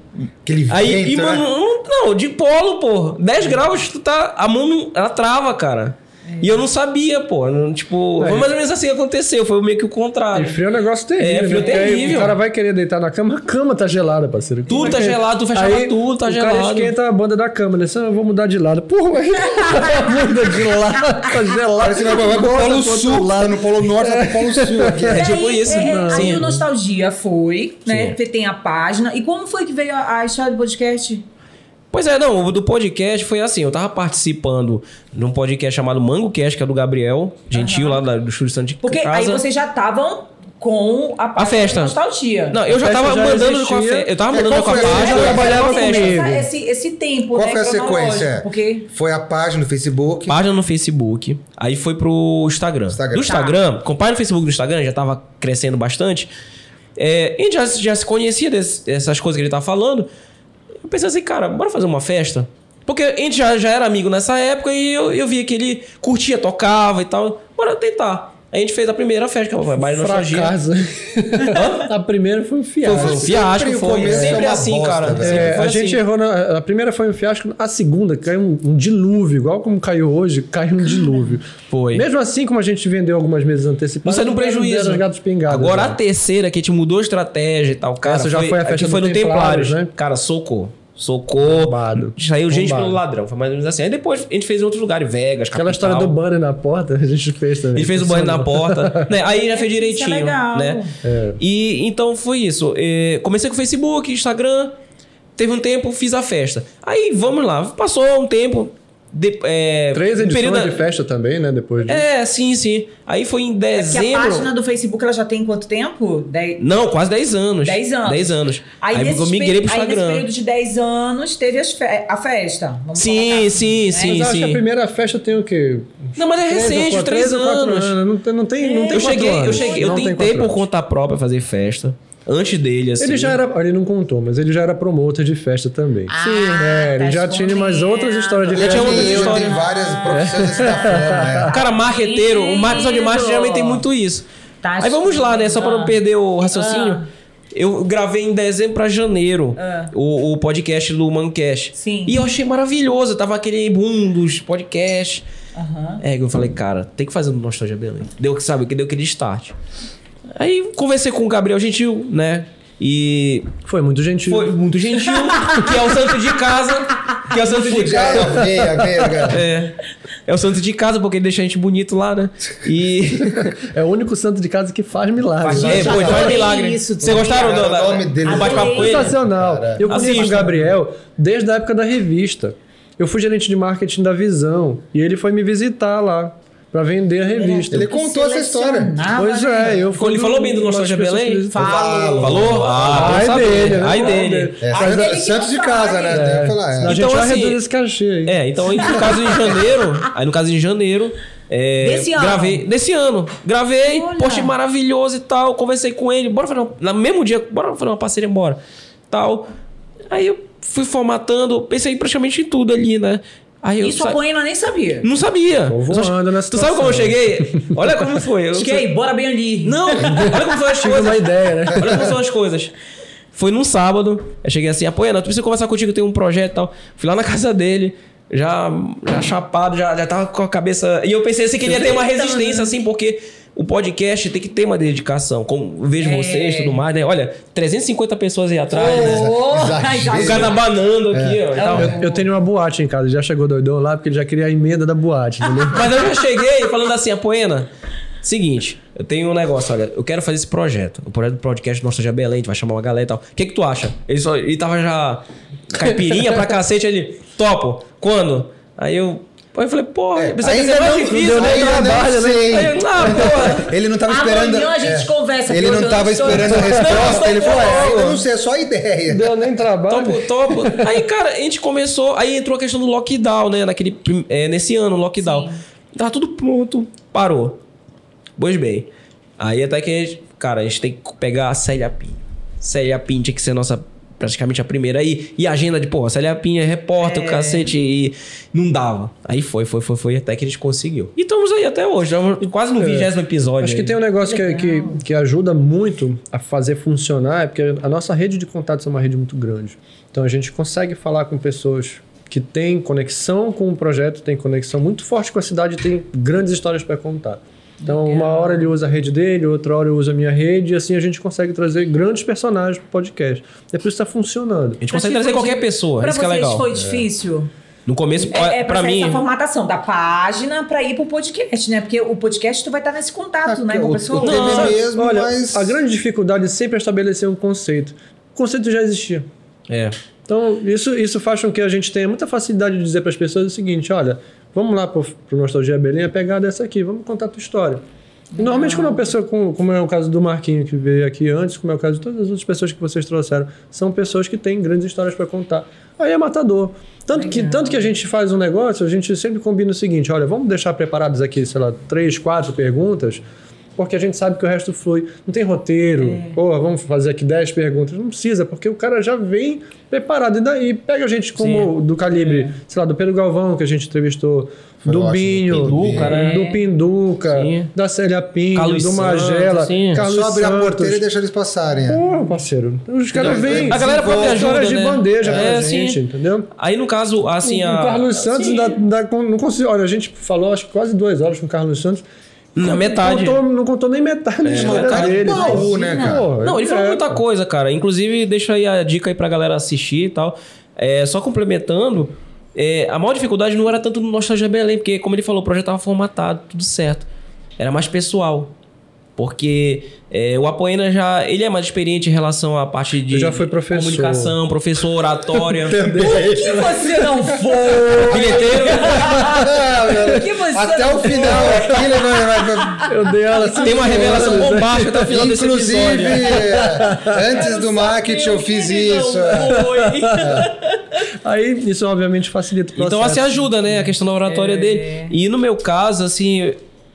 Aquele Aí, e, vento, mano, né? não, não, de polo, pô. 10 graus, tu tá. A mão não- ela trava, cara. E eu não sabia, pô. É. Não, tipo, foi mais ou menos assim que aconteceu. Foi meio que o E contrário. frio é um negócio terrível. É, frio né? Porque aí terrível. O cara vai querer deitar na cama, a cama tá gelada, parceiro. Tudo Vai tá querer- gelado, tu fecha é? Aí tudo, tá o gelado. cara esquenta a banda da cama, né? Só, Eu vou mudar de lado. Porra, mas a banda de lado, tá gelado. Parece que vai vai pro Bota Polo pro outro Sul, lado. lá no Polo Norte, vai pro Polo Sul. Aqui. É, tipo aí, isso, é, não. aí Sim. o Nostalgia foi, né? Sim. Você Tem a página. E como foi que veio a, a história do podcast? Pois é, não, o do podcast foi assim, eu tava participando num podcast chamado Mango Cast, que é do Gabriel Gentil, lá da- do Estúdio Santo de Porque Casa. aí vocês já estavam com a, página do festa. Nostalgia. Não, eu já A festa tava já mandando existia. com a festa, eu tava É, qual mandando com a foi a- festa. eu já trabalhava com a festa. comigo. é Essa- Esse, esse tempo, Qual né? foi a cronológico, sequência? Porque... Foi a página no Facebook. Página no Facebook, aí foi pro Instagram. Instagram. Tá. Do Instagram, com página no Facebook do Instagram, já tava crescendo bastante. É, a gente já, já se conhecia desse- dessas coisas que ele tava falando. Eu pensei assim, cara, bora fazer uma festa? Porque a gente já, já era amigo nessa época e eu, eu via que ele curtia, tocava e tal. Bora tentar. Aí a gente fez a primeira festa, que foi Baile Nostalgia. Fracasso. a primeira foi um fiasco. Foi um Sempre fiasco, o foi. começo é Sempre uma assim, bosta, cara. né? Sempre É, foi a gente assim. errou na. A primeira foi um fiasco, a segunda caiu um, um dilúvio, igual como caiu hoje, caiu um dilúvio. Foi. Mesmo assim, como a gente vendeu algumas meses Não antecipadas, saiu no prejuízo. deram os gatos pingados, Agora né? a terceira, que a gente mudou a estratégia e tal, cara. Essa já foi a festa que foi do no Templários, Templários, né? Cara, socou. Socou. Bombado. Saiu gente Bombado. pelo ladrão. Foi mais ou menos assim. Aí depois a gente fez em outros lugares, Vegas, Aquela capital. história do banner na porta, a gente fez também. Ele fez o banho na porta. né? Aí já fez Isso é direitinho. legal. Né? É. E então foi isso. É, comecei com o Facebook, Instagram. Teve um tempo, fiz a festa. Aí vamos lá. Passou um tempo. De, é, Três um edições período- de festa também, né? Depois disso. É, sim, sim. Aí foi em É porque a dezembro. página do Facebook ela já tem quanto tempo? Dez... Não, quase 10 anos. 10 anos. 10 anos. Aí, nesses eu migrei peri- pro aí nesse Instagram. período de 10 anos teve as fe- a festa. Vamos colocar Sim, assim, sim, né? sim, Mas eu acho que a sim. primeira festa tem o quê? Não, mas é Três ou recente, quatro- 3 três ou quatro né? anos. Não tem, não tem, não tem Eu quatro cheguei, eu anos. cheguei, eu Não tem tentei quatro por anos. conta própria fazer festa. Antes dele, assim. Ele já era, ele não contou, mas ele já era promotor de festa também. Ah, É, ele tá já tinha mais escondendo. outras histórias de Eu, festa. tinha um outra tenho- eu história. tenho várias profissões desse da O forma, cara marqueteiro, o mar- só de marketing geralmente tem muito isso. Tá Aí vamos lá, né? Só pra não Ah. perder o raciocínio. Ah. Eu gravei em dezembro pra janeiro Ah. o, o podcast do Mancast. Sim. E eu achei maravilhoso. Tava aquele boom dos podcasts. Aham. É, eu falei, cara, tem que fazer um Nostalgia Belém. Deu que sabe, que deu aquele start. Aí conversei com o Gabriel Gentil, né? E Foi muito gentil. foi muito gentil, que é o santo de casa. Que é o santo de Já casa. é feia, feia, cara. É. É o santo de casa, porque ele deixa a gente bonito lá, né? E. É o único santo de casa que faz milagre. Faz né? é, milagre. pô, ele faz adorei milagre. isso, Vocês gostaram cara, do, da- o nome dele. é do bate-papo com ele? Sensacional. Eu conheço é. Assista. o Gabriel desde a época da revista. Eu fui gerente de marketing da Visão e ele foi me visitar lá pra vender a revista. Ele contou essa história. é Pois é, eu fui. Ele falou bem do uma das Nostalgia pessoas Belém? que visitou. Falou. Falou? Ah, Ai bom saber. dele, né? Ai dele. dele. É, Aquele Santos- que Santos não de casa, né? faz. Deve falar, Senão é. a gente Então, vai assim, reduzir esse cachê aí. É, então aí no caso em janeiro, aí no caso em janeiro, é, Desse ano. gravei desse ano, gravei, Olha. post maravilhoso e tal, conversei com ele, bora fazer uma, no mesmo dia, bora fazer uma parceria bora, tal. Aí eu fui formatando, pensei praticamente em tudo ali, né? Aí eu Isso sa- a Poena nem sabia. não sabia. Tô Eu só- voando na Tu sabe como eu situação. cheguei? Olha como foi. Eu- Fiquei, Tipo, bora bem ali. Não, olha como foi as Tive coisas. uma ideia, né? Olha como são as coisas. Foi num sábado, eu cheguei assim, Apoiana, tu precisa conversar contigo, tem um projeto e tal. Fui lá na casa dele, já, já chapado, já, já tava com a cabeça. E eu pensei assim que ele ia ter uma resistência, assim, porque o podcast tem que ter uma dedicação. Como eu vejo vocês e tudo mais, né? Olha, 350 pessoas aí atrás, né? Exagero. O cara tá banando aqui, É. ó. E tal. Eu, eu tenho uma boate em casa, já chegou doidão lá porque ele já queria a emenda da boate, entendeu? Mas eu já cheguei falando assim, Apoena, seguinte, eu tenho um negócio, olha, eu quero fazer esse projeto. O projeto do podcast Nossa Já Belém, a gente vai chamar uma galera e tal. O que que tu acha? Ele, só, ele tava já caipirinha pra cacete, ele, topo, quando? Aí eu, aí eu falei, porra, eu pensei que ia ser É, Ainda mais não- difícil. ainda né? não Trabalho, né? sei. Aí eu, ah, porra. Ele não tava Amanhã esperando. é. a gente conversa, Ele porque hoje não eu tava não estou- esperando a Não, resposta. Ele falou: é, não. eu não sei, é só ideia. Deu nem trabalho. Topo, topo. Aí, cara, a gente começou. Aí entrou a questão do lockdown, né? Naquele, prim- é, nesse ano, lockdown. Tava tudo pronto, parou. Pois bem. Aí até que a gente, cara, a gente tem que pegar a Célia Pim. Célia Pim tinha que ser nossa. Praticamente a primeira aí. E a agenda de, porra, Célia Pinha é repórter, o cacete. E não dava. Aí foi, foi, foi, foi. Até que a gente conseguiu. E estamos aí até hoje. Estamos quase no vigésimo episódio. É. Acho que aí. tem um negócio que, que, que ajuda muito a fazer funcionar, é porque a nossa rede de contatos é uma rede muito grande. Então a gente consegue falar com pessoas que têm conexão com o projeto, têm conexão muito forte com a cidade e têm grandes histórias para contar. Então, uma hora ele usa a rede dele, outra hora eu uso a minha rede, e assim a gente consegue trazer grandes personagens para o podcast. É por isso que está funcionando. A gente consegue trazer qualquer pessoa. Pra Isso que é vocês legal. foi difícil? No começo, É, é pra pra mim. essa formatação da página pra ir pro podcast, né? Porque o podcast tu vai estar nesse contato, né? Com a o, pessoa. o TV Não, mesmo, Olha, mas. a grande dificuldade sempre é estabelecer um conceito. O conceito já existia. É. Então, isso, isso faz com que a gente tenha muita facilidade de dizer para as pessoas o seguinte: olha, vamos lá para o Nostalgia Belém, a pegada é essa aqui, vamos contar a tua história. E normalmente, quando uma pessoa, com- como é o caso do Marquinho que veio aqui antes, como é o caso de todas as outras pessoas que vocês trouxeram, são pessoas que têm grandes histórias para contar. Aí é matador. Tanto que, tanto que a gente faz um negócio, a gente sempre combina o seguinte: olha, vamos deixar preparados aqui, sei lá, três, quatro perguntas. Porque a gente sabe que o resto flui. Não tem roteiro. É. Porra, vamos fazer aqui 10 perguntas. Não precisa, porque o cara já vem preparado. E daí pega a gente como do calibre, É. sei lá, do Pedro Galvão, que a gente entrevistou, Foi do ótimo, Binho, Pinduca, né? do Pinduca, Sim. da Célia Pinho, Carlos do Santos, Magela, sim. Carlos Só abrir a Santos. porteira e deixar eles passarem. é. Porra, parceiro. Os caras Não, é, vêm. A galera própria ajuda, Histórias de né? bandeja pra É, gente, sim. entendeu? Aí, no caso, assim, o a... Carlos Santos Sim. ainda, ainda con- não conseguiu. Olha, a gente falou acho que quase duas horas com o Carlos Santos. Na Não metade. É, contou- não contou nem metade da história metade do dele. baú, né, cara? Porra, Não, ele falou é, muita coisa, cara. Inclusive, deixa aí a dica aí pra galera assistir e tal. É, só complementando, é, a maior dificuldade não era tanto no Nostalgia Belém, porque, como ele falou, o projeto tava formatado, tudo certo. Era mais pessoal. Porque é, o Apoena já ele é mais experiente em relação à parte de Eu já fui professor. comunicação, professor, oratória. Por que você não foi? Bilheteiro. Por que você Até não o foi? final, aquilo vai, vai, vai- Eu dei ela Tem uma revelação bombástica até o final desse Inclusive, episódio. é, antes do marketing eu fiz isso. é. Aí isso obviamente facilita o processo. Então, assim, ajuda, né? A questão da oratória dele. E no meu caso, assim,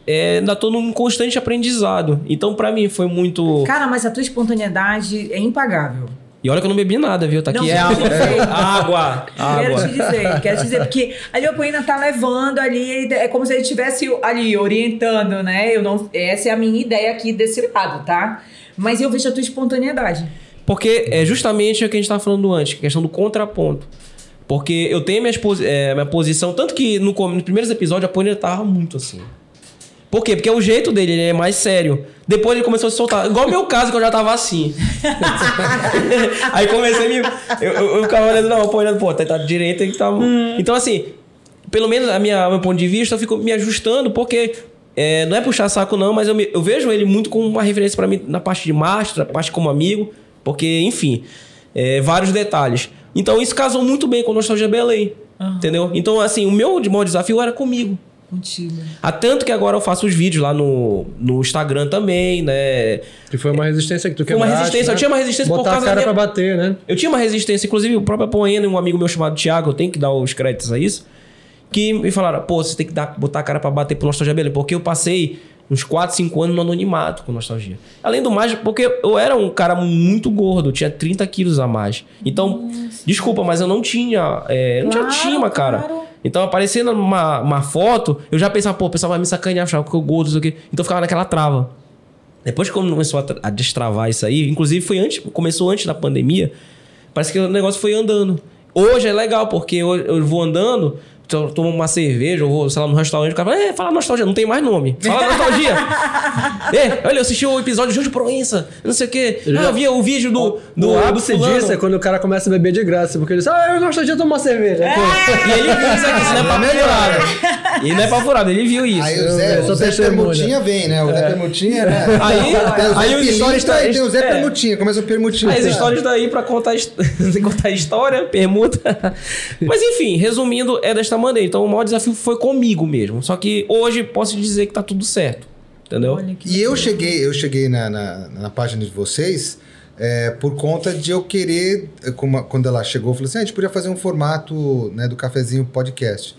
é, ainda tô num constante aprendizado. Então, pra mim, foi muito. Cara, mas a tua espontaneidade é impagável. E olha que eu não bebi nada, viu? Tá aqui. Não, é eu água. sei. Água. Quero te Água. dizer, quero te dizer, porque a Leopoldina tá levando ali, ele- é como se ele estivesse ali orientando, né? Eu não, essa é a minha ideia aqui desse lado, tá? Mas eu vejo a tua espontaneidade. Porque é justamente o que a gente tava falando antes, a questão do contraponto. Porque eu tenho minha, minha posição, tanto que no, com- nos primeiros episódios a Pony tava muito assim. Por quê? Porque o jeito dele ele é mais sério. Depois ele começou a se soltar. Igual o meu caso, que eu já tava assim. Aí comecei a me. Eu, eu, eu ficava olhando, não, pô, olhando, pô, tá, tá direito aí que tá. Então, assim, pelo menos a minha, meu ponto de vista, eu fico me ajustando, porque. é, não é puxar saco, não, mas eu, me- eu vejo ele muito como uma referência pra mim na parte de mastro, na parte como amigo, porque, enfim, é, vários detalhes. Então, isso casou muito bem com o Nostalgia Belém. Entendeu? Então, assim, o meu de- maior desafio era comigo. Contigo. Há tanto que agora eu faço os vídeos lá no, no Instagram também, né? Que foi uma resistência que tu Foi uma quebraste. né? resistência, eu tinha uma resistência por Botar causa a cara da minha- pra bater, né? Eu tinha uma resistência, inclusive o próprio Apoena e um amigo meu chamado Thiago, eu tenho que dar os créditos a isso, que me falaram, pô, você tem que dar, botar a cara pra bater pro Nostalgia Belém, porque eu passei uns 4, 5 anos no anonimato com Nostalgia. Além do mais, porque eu era um cara muito gordo, eu tinha 30 quilos a mais. Então, desculpa, mas eu não tinha, é, eu não Claro, tinha tima, cara. claro. Então, aparecendo uma, uma foto, eu já pensava, pô, o pessoal vai me sacanear, achava que eu gordo, isso aqui. Então, eu ficava naquela trava. Depois que começou a, tra- a destravar isso aí, inclusive foi antes, começou antes da pandemia, parece que o negócio foi andando. Hoje é legal, porque eu, eu vou andando, to- tomo uma cerveja, eu vou, sei lá, num restaurante, o cara fala, é, fala nostalgia, não tem mais nome. Fala nostalgia. é, olha, eu assisti o episódio de Júlio Proença, não sei o quê. Ah, eu vi o vídeo do, do, o do ápice fulano. disso é quando o cara começa a beber de graça, porque ele diz, ah, eu gosto de tomar cerveja. É. E ele viu isso aqui, isso não é pra furar. E não é pra furar, ele viu isso. Aí o Zé, eu sou o Zé testemunha. Permutinha vem, né? O Zé Permutinha, né? É. Aí- tem o Zé aí os Pilintra stories tá- e tem o Zé é. Permutinha, começa o Permutinha. As histórias daí pra contar, his- contar história, permuta. Mas enfim, resumindo, é desta maneira. Então o maior desafio foi comigo mesmo. Só que hoje posso dizer que tá tudo certo. Entendeu? E eu cheguei, eu cheguei na, na, na página de vocês é, por conta de eu querer, eh, como a- quando ela chegou, falou assim, "Ah, a gente podia fazer um formato né, do cafezinho podcast.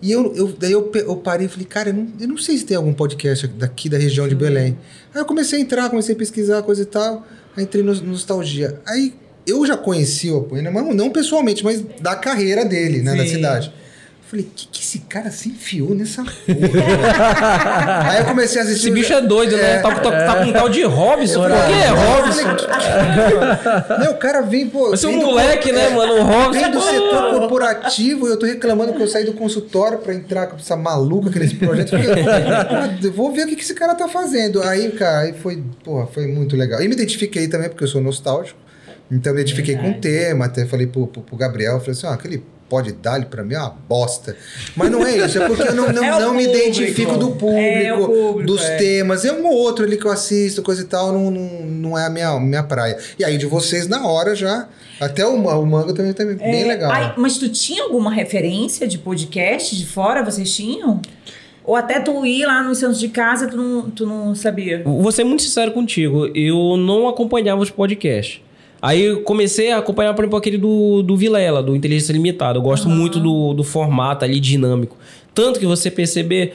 E eu, eu- daí eu, pe- eu parei e falei, cara, eu não, eu não sei se tem algum podcast daqui da região de Belém. Aí eu comecei a entrar, comecei a pesquisar, coisa e tal. Aí entrei no Nostalgia. Aí eu já conheci o Apoena, mas não- não pessoalmente, mas da carreira dele, né, da Sim. cidade. Falei, que, que esse cara se enfiou nessa porra? Aí eu comecei a assistir. Esse bicho é doido, né? Tá, tá- tá com um tal de Robson. Por que é Robson? Não, o cara vem, pô. Você é um vem do- moleque, né, mano? O Robson. Vem do setor corporativo e eu tô reclamando que eu saí do consultório pra entrar com essa maluca aqui nesse projeto. Eu falei, "Ah, eu vou ver o que que esse cara tá fazendo. Aí, cara, aí foi, porra, foi muito legal. E me identifiquei também, porque eu sou nostálgico. Então me identifiquei com o tema, até falei pro, pro, pro Gabriel, falei assim, ó, aquele pode dar pra mim é uma bosta. Mas não é isso, é porque eu não, não, É o não me público. identifico do público, É, é o público, dos é. temas. É um ou outro ali que eu assisto, coisa e tal, não, não, não é a minha, minha praia. E aí de vocês, na hora já. Até o, ma- o manga também tá bem É, legal. ai, mas tu tinha alguma referência de podcast de fora? Vocês tinham? Ou até tu ir lá no centro de casa, tu não, tu não sabia? Vou ser muito sincero contigo. Eu não acompanhava os podcasts. Aí eu comecei a acompanhar, por exemplo, aquele do, do Vilela, do Inteligência Limitada. Eu gosto muito do, do formato ali dinâmico. Tanto que você perceber.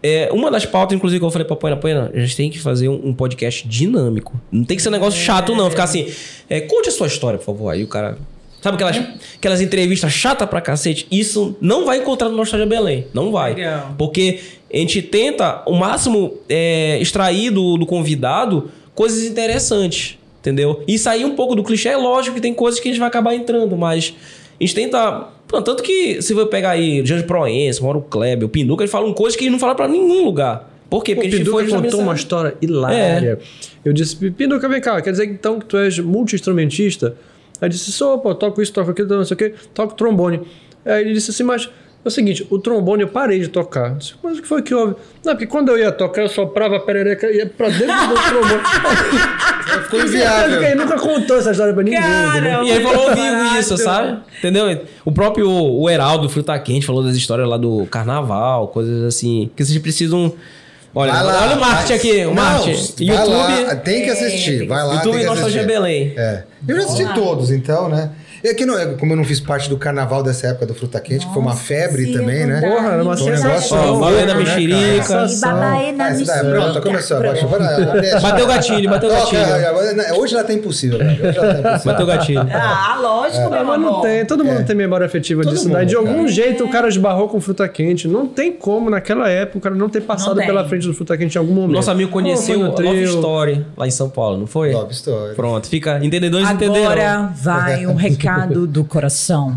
é, uma das pautas, inclusive, que eu falei pra Poena, Poena, a gente tem que fazer um, um podcast dinâmico. Não tem que ser um negócio chato, não. Ficar assim, é, conte a sua história, por favor. Aí o cara. Sabe aquelas, aquelas entrevistas chata pra cacete? Isso não vai encontrar no Nostalgia Belém. Não vai. Legal. Porque a gente tenta o máximo é, extrair do, do convidado coisas interessantes, entendeu? E sair um pouco do clichê, é lógico que tem coisas que a gente vai acabar entrando, mas a gente tenta. pô, Tanto que se você pegar aí Jorge Proença, Mauro Kleber, o Pinduca, eles falam coisas que eles não falaram pra nenhum lugar. Por quê? Pô, Porque a gente Pinduca justamente contou uma nessa- história hilária. É. Eu disse, Pinduca, vem cá, quer dizer então que tu és multi-instrumentista? Aí disse, sou, pô, toco isso, toco aquilo, não sei o quê, toco trombone. Aí ele disse assim, mas É o seguinte, o trombone eu parei de tocar. Eu disse, Mas o que foi que houve? Não, porque quando eu ia tocar, eu soprava a perereca e ia pra dentro do trombone. Ficou Sabe que inviável. é Ele nunca contou essa história pra ninguém. entendeu? Cara, E ele falou ao vivo barato. isso, sabe? Entendeu? O próprio o Heraldo Fruta Quente falou das histórias lá do carnaval, coisas assim, que vocês precisam. Olha, Vai lá, olha o Marte vai- aqui, o Não, Marte. vai YouTube. lá, tem que É, tem assistir, que- vai lá. YouTube tem que Nostalgia assistir. Belém. É. Eu já assisti todos, então, né? E aqui, não, como eu não fiz parte do carnaval dessa época do Fruta Quente, que foi uma Nossa, febre sim, também, né? verdade. Porra, era uma Foi um sensação. negócio Ó, Balé na louco, né, mexerica. cara? E babaê Tá na Ah, essa daí, mexerica. pronto, começou. Abaixa, vai lá, deixa. Bateu o gatilho, bateu o Toca, gatilho. agora, né, Hoje ela tá impossível, velho. Hoje ela tá impossível. Bateu o gatilho. Ah, lógico, meu Ah, mas não amor. tem, todo mundo É. tem memória afetiva Todo disso. Daí, mundo, de algum cara. jeito, o É. cara esbarrou com fruta quente. Não tem como, naquela época, o cara não ter passado tem. pela frente do fruta quente em algum momento. Nosso amigo conheceu Ou o foi no Love trio. Story lá em São Paulo, não foi? Love Story. Pronto, fica. Entendedores entenderam. Agora vai um recado do coração.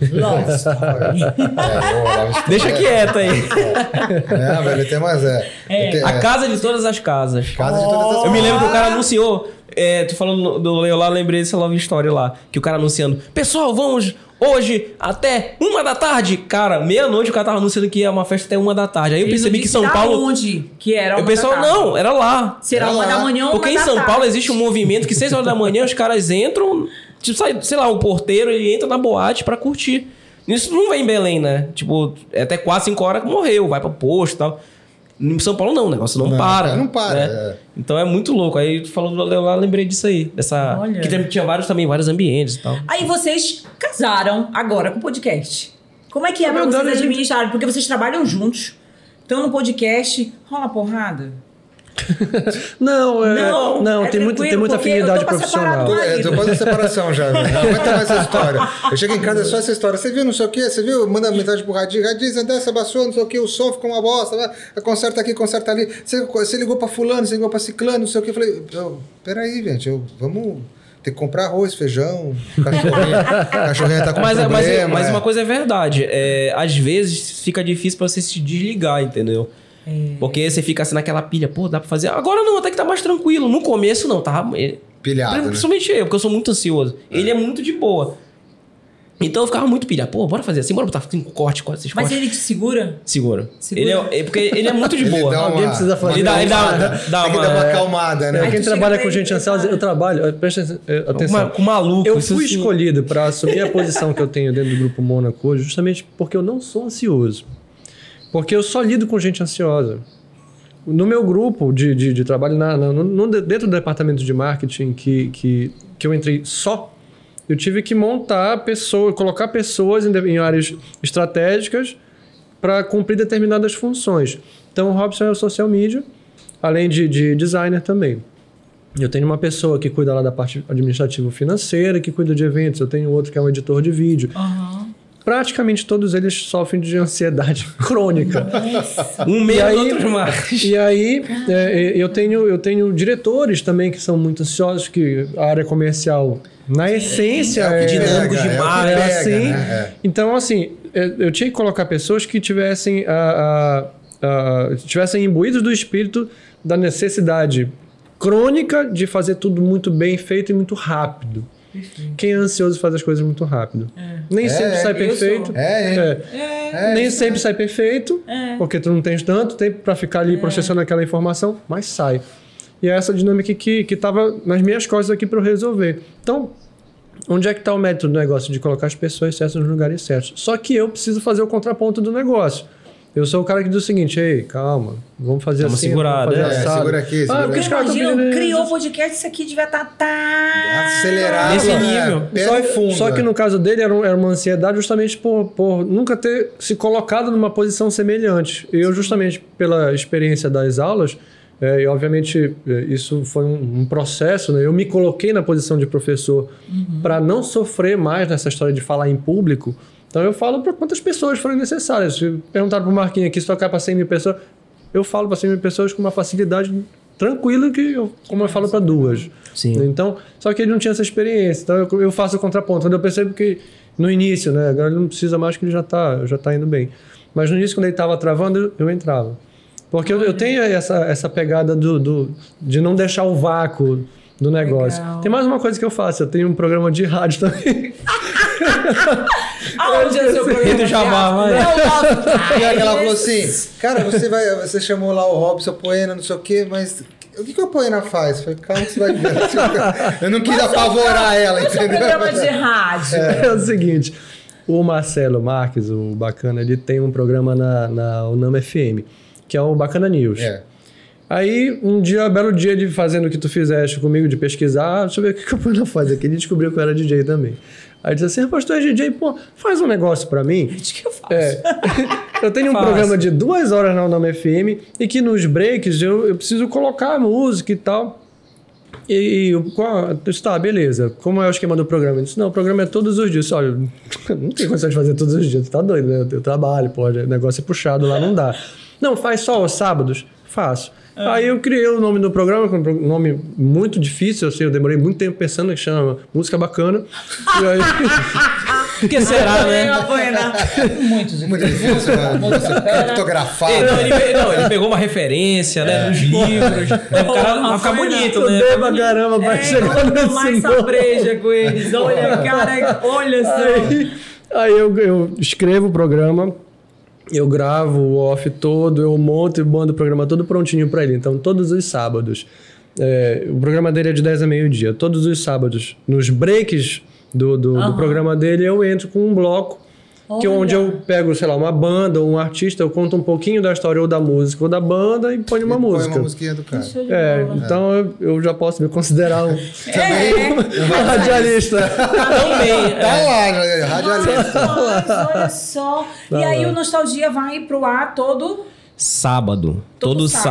Love Story. É, boa, Love Story. Deixa quieto aí. É, velho, tem mais. É, tem- A é, casa de todas as casas. casa de todas as Eu me lembro que o Ah. cara anunciou. É, tu falando do Leo lá, eu lembrei dessa Love Story lá. Que o cara anunciando: Pessoal, vamos hoje até uma da tarde. Cara, meia-noite o cara tava anunciando que ia uma festa até uma da tarde. Aí eu Ele percebi não que disse São da Paulo. Onde que era Eu uma pessoal, da tarde. não, era lá. Será Era uma lá. da manhã ou Porque em uma da São tarde? Paulo existe um movimento que 6 horas da manhã os caras entram, tipo, sai, sei lá, o porteiro ele entra na boate pra curtir. Isso não vem em Belém, né? Tipo, é até 4, 5 horas que morreu, vai pra posto e tal. Em São Paulo não, o negócio não, Não, para. não para, é. Então é muito louco. Aí tu falou do Leo lá, lembrei disso aí. Dessa. Olha. Que tem- tinha vários também, vários ambientes e tal. Aí vocês casaram agora com o podcast. Como é que é pra verdade, vocês a gente- administrarem? Porque vocês trabalham juntos, estão no podcast, rola porrada. Não, é, Não, não, é tem, muito, tem tranquilo, muita porque eu afinidade tô pra profissional. separar do- É, tô quase na separação já, velho. Não aguenta mais essa história. Eu chego em casa, é só essa história. Você viu não sei o quê? Você viu? Manda mensagem pro Radinho. Radinho, Andressa baçou, não sei o quê. O som ficou uma bosta. né? Conserta aqui, conserta ali. Você, você ligou pra fulano, você ligou pra ciclano, não sei o quê. Eu falei, eu, peraí, gente. Eu, vamos ter que comprar arroz, feijão, cachorrinha. cachorrinha tá com Mas, problema. mas- mas é. uma coisa é verdade. É, às vezes fica difícil pra você se desligar, entendeu? Porque você fica assim naquela pilha, pô, dá pra fazer. Agora não, até que tá mais tranquilo. No começo não, tá. Pilhado, né? Principalmente eu, porque eu sou muito ansioso. Ele é muito de boa. Então eu ficava muito pilha, pô, bora fazer assim, bora botar cinco corte, corte, esses Mas cortes. ele te segura? Segura. Segura. Ele é, é porque ele é muito de Ele boa. dá uma- Alguém precisa fazer Ele dá, ele dá, dá, Tem que uma. dar uma acalmada, É, né? quem tu chega trabalha pra com ele gente e ansiosa, fala. eu trabalho, presta é, atenção. uma- com maluco. Eu isso fui assim. escolhido para assumir a posição que eu tenho dentro do Grupo Mônaco hoje, justamente porque eu não sou ansioso. Porque eu só lido com gente ansiosa. No meu grupo de, de, de trabalho, na, na- no- no- dentro do departamento de marketing que, que, que eu entrei só, eu tive que montar pessoas, colocar pessoas em, de- em áreas estratégicas para cumprir determinadas funções. Então, o Robson é o social media, além de- de designer também. Eu tenho uma pessoa que cuida lá da parte administrativa financeira, que cuida de eventos, eu tenho outro que é um editor de vídeo. Praticamente todos eles sofrem de ansiedade crônica. Um meio aí- do outro mais. E aí, é, é, eu, tenho, eu tenho diretores também que são muito ansiosos, que a área comercial, na essência, o que é, dinâmico pega, demais, é o que é pega, assim. né? É. Então, assim, é, eu tinha que colocar pessoas que tivessem a, a- a- tivessem imbuídos do espírito da necessidade crônica de fazer tudo muito bem feito e muito rápido. Quem é ansioso faz as coisas muito rápido. Nem É, sempre é, sai eu perfeito. sou. É, é. É, Nem isso sempre sai perfeito, É. porque tu não tens tanto tempo para ficar ali processando aquela informação, mas sai. E é essa dinâmica que, que tava nas minhas costas aqui para eu resolver. Então, onde é que está o mérito do negócio? De colocar as pessoas certas nos lugares certos. Só que eu preciso fazer o contraponto do negócio. Eu sou o cara que diz o seguinte, ei, calma, vamos fazer Dá uma assim, segurada, vamos é. fazer É, assado." Ah, segura aqui, segura o que aqui. os caras tão Imagina, um pedindo é criou o podcast, isso aqui devia estar... Tá... Acelerado. Nesse né? nível. Pé só, no fundo. é. só que no caso dele era, um- era uma ansiedade justamente por, por nunca ter se colocado numa posição semelhante. Eu, justamente pela experiência das aulas, eh, e obviamente eh, isso foi um, um processo, né? eu me coloquei na posição de professor para não sofrer mais nessa história de falar em público. Então eu falo para quantas pessoas forem necessárias. Se perguntaram para o Marquinhos aqui se tocar para 100 mil pessoas, eu falo para 100 mil pessoas com uma facilidade tranquila que eu, como eu falo para duas. Sim. Então, só que ele não tinha essa experiência. Então eu, eu faço o contraponto. Quando eu percebo que no início, né? Agora ele não precisa mais que ele já tá, já tá indo bem. Mas no início, quando ele estava travando, eu, eu entrava. Porque eu, eu tenho essa, essa pegada do, do- de não deixar o vácuo do negócio. Legal. Tem mais uma coisa que eu faço. Eu tenho um programa de rádio também. Aonde é o seu programa? do Jabá, vai. vai. E aí ela falou assim, cara, você, vai, você chamou lá o Robson Poena, não sei o quê, mas o que, que o Poena faz? Eu falei, calma que você vai ver. Eu não quis apavorar ela, Mas é um entendeu? programa de rádio. É o seguinte, o Marcelo Marques, o Bacana, ele tem um programa na, na Unama FM, que é o Bacana News. É. Aí, um dia, belo dia de fazendo o que tu fizeste comigo, de pesquisar, ah, deixa eu ver o que, que o Pana faz aqui. Ele descobriu que eu era DJ também. Aí disse assim, rapaz, tu é DJ, pô, faz um negócio pra mim. Acho que eu faço. É. Eu tenho um Fácil. programa de duas horas na Unama FM e que nos breaks eu, eu preciso colocar a música e tal. E, e eu- qual- eu disse, tá, beleza. Como é o esquema do programa? Ele disse, não, o programa é todos os dias. Eu disse, Olha, não tem condição de fazer todos os dias, tu tá doido, né? Eu, eu trabalho, pô, o negócio é puxado lá, não dá. Não, faz só aos sábados? Faço. É. Aí eu criei o nome do programa, que é um pro- nome muito difícil, eu sei, eu demorei muito tempo pensando que chama Música Bacana. E aí... O que Tá será, né? Não, Poena. Muito difícil. Muito difícil, né? Muito Criptografado. Ele, não, ele, pe- não, ele pegou uma referência, né? Dos livros. Vai ficar, vai ficar bonito, Eu né? dei pra caramba pra É, chegar quando nesse mais nome. sabreja com eles. Olha, cara, olha só. Aí, aí eu, eu escrevo o programa, eu gravo o off todo, eu monto e mando o programa todo prontinho pra ele. Então, todos os sábados. é, o programa dele é de 10 a meio-dia. Todos os sábados, nos breaks do, do, do programa dele, eu entro com um bloco. Que é onde eu pego, sei lá, uma banda ou um artista, eu conto um pouquinho da história ou da música ou da banda e ponho uma Põe música. uma musiquinha do cara. É, então eu, eu já posso me considerar um, É, um radialista. Também. Tá lá, já- radialista. Nossa, olha só. E Tá aí o Nostalgia vai pro ar todo. Sábado. Todo Todo, sábado.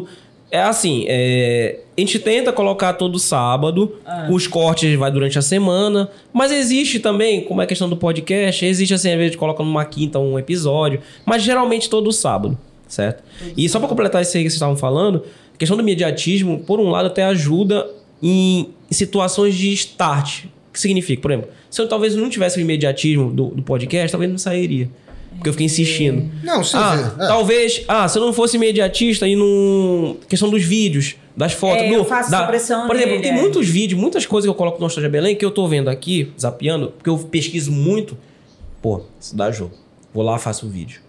sábado. É assim, é, a gente tenta colocar todo sábado, os cortes vai durante a semana, mas existe também, como é a questão do podcast, existe assim, às vezes coloca numa quinta um episódio, mas geralmente todo sábado, certo? E só pra completar isso aí que vocês estavam falando, a questão do mediatismo, por um lado, até ajuda em situações de start. O que significa? Por exemplo, se eu talvez não tivesse o imediatismo do, do podcast, talvez não sairia. Porque eu fiquei insistindo. Não, sim, Ah, sim. É. talvez. Ah, se eu não fosse imediatista e não. Questão dos vídeos, das fotos. É, do, eu faço da- supressão Por exemplo, nele, tem é. muitos vídeos, muitas coisas que eu coloco no Nostalgia Belém que eu tô vendo aqui, zapeando, porque eu pesquiso muito. Pô, isso dá jogo. Vou lá, faço um vídeo.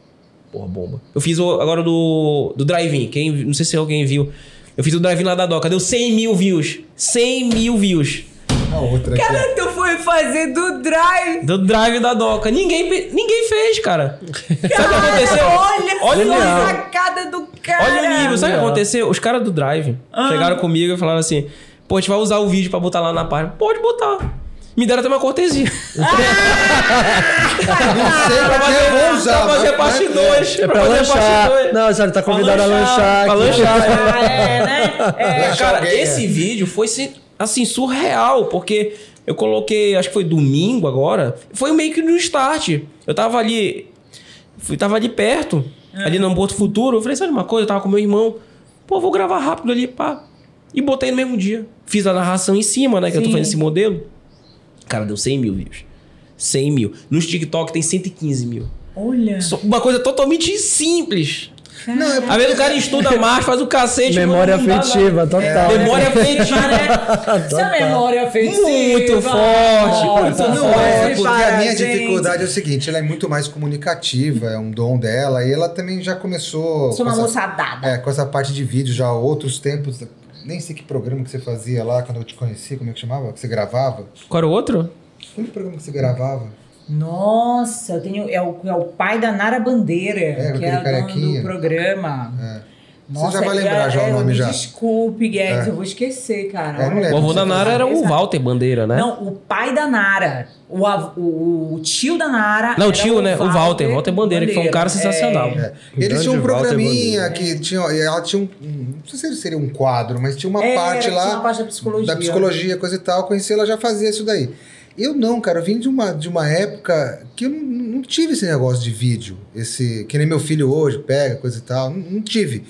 Porra, bomba. Eu fiz o- agora do, do drive-in. Quem, não sei se alguém viu. Eu fiz o drive-in lá da Doca. Deu 100 mil views. 100 mil views. A Ah, outra aqui. ó. Cara, É. tu foi fazer do drive. Do drive da Doca. Ninguém, pe- ninguém fez, cara. Sabe o que aconteceu? Olha, Olha só o nível. a sacada do cara. Olha o nível, sabe o que aconteceu? Os caras do Drive Ah. chegaram comigo e falaram assim: pô, a gente vai usar o vídeo pra botar lá na página. Pode botar. Me deram até uma cortesia. Não sei pra pra que fazer, eu é, vou usar. pra fazer mas- parte né? mas- 2. É pra lanchar. Não, sério, tá convidado a lanchar. Pra aqui. lanchar. é. Ah, é, né? É. Lanchar cara, alguém, esse é. vídeo foi se- assim, surreal, porque eu coloquei, acho que foi domingo agora, foi meio que no start. Eu tava ali, fui, tava ali perto, ali no Porto Futuro, eu falei, sabe uma coisa, eu tava com meu irmão, pô, vou gravar rápido ali, pá. E botei no mesmo dia. Fiz a narração em cima, né, que eu tô Sim. fazendo esse modelo. Cara, deu 100 mil views. 100 mil. Nos TikTok tem 115 mil. Olha. Só Uma coisa totalmente simples. Não, é porque- Às vezes o cara estuda mais, faz o cacete. Memória não dá nada. afetiva, total. É. Memória afetiva, né? Cara, Essa memória afetiva. Muito forte, muito Nossa, Não, é, se porque para, a minha gente. dificuldade é o seguinte, ela é muito mais comunicativa, é um dom dela, e ela também já começou Sou com uma é essa, moçadada. é, com essa parte de vídeo já há outros tempos. Nem sei que programa que você fazia lá quando eu te conheci, como é que chamava? Que você gravava? Qual era o outro? Qual era o programa que você gravava? Nossa, eu tenho, é, o, é o pai da Nara Bandeira, que aquele é o dono do carequinha. É. programa. já vai lembrar já o é, nome me já. Desculpe, Guedes, eu vou esquecer, cara. É, não O lembro. avô da Nara era o Exato. Walter Bandeira, né? Não, Não, o pai da Nara. O, av- o, o tio da Nara. o era tio, né? O Walter, Walter Bandeira, que foi um cara sensacional. É. É. Eles grande tinham um Walter programinha que tinha. e Ela tinha um. um- Não sei se seria um quadro, mas tinha uma É, parte tinha lá. uma parte da psicologia. Da psicologia, coisa e tal. Conheci ela já fazia isso daí. Eu não, cara, eu vim de uma, de uma época que eu não, não tive esse negócio de vídeo. Esse. Que nem meu filho hoje pega, coisa e tal. Não, não tive.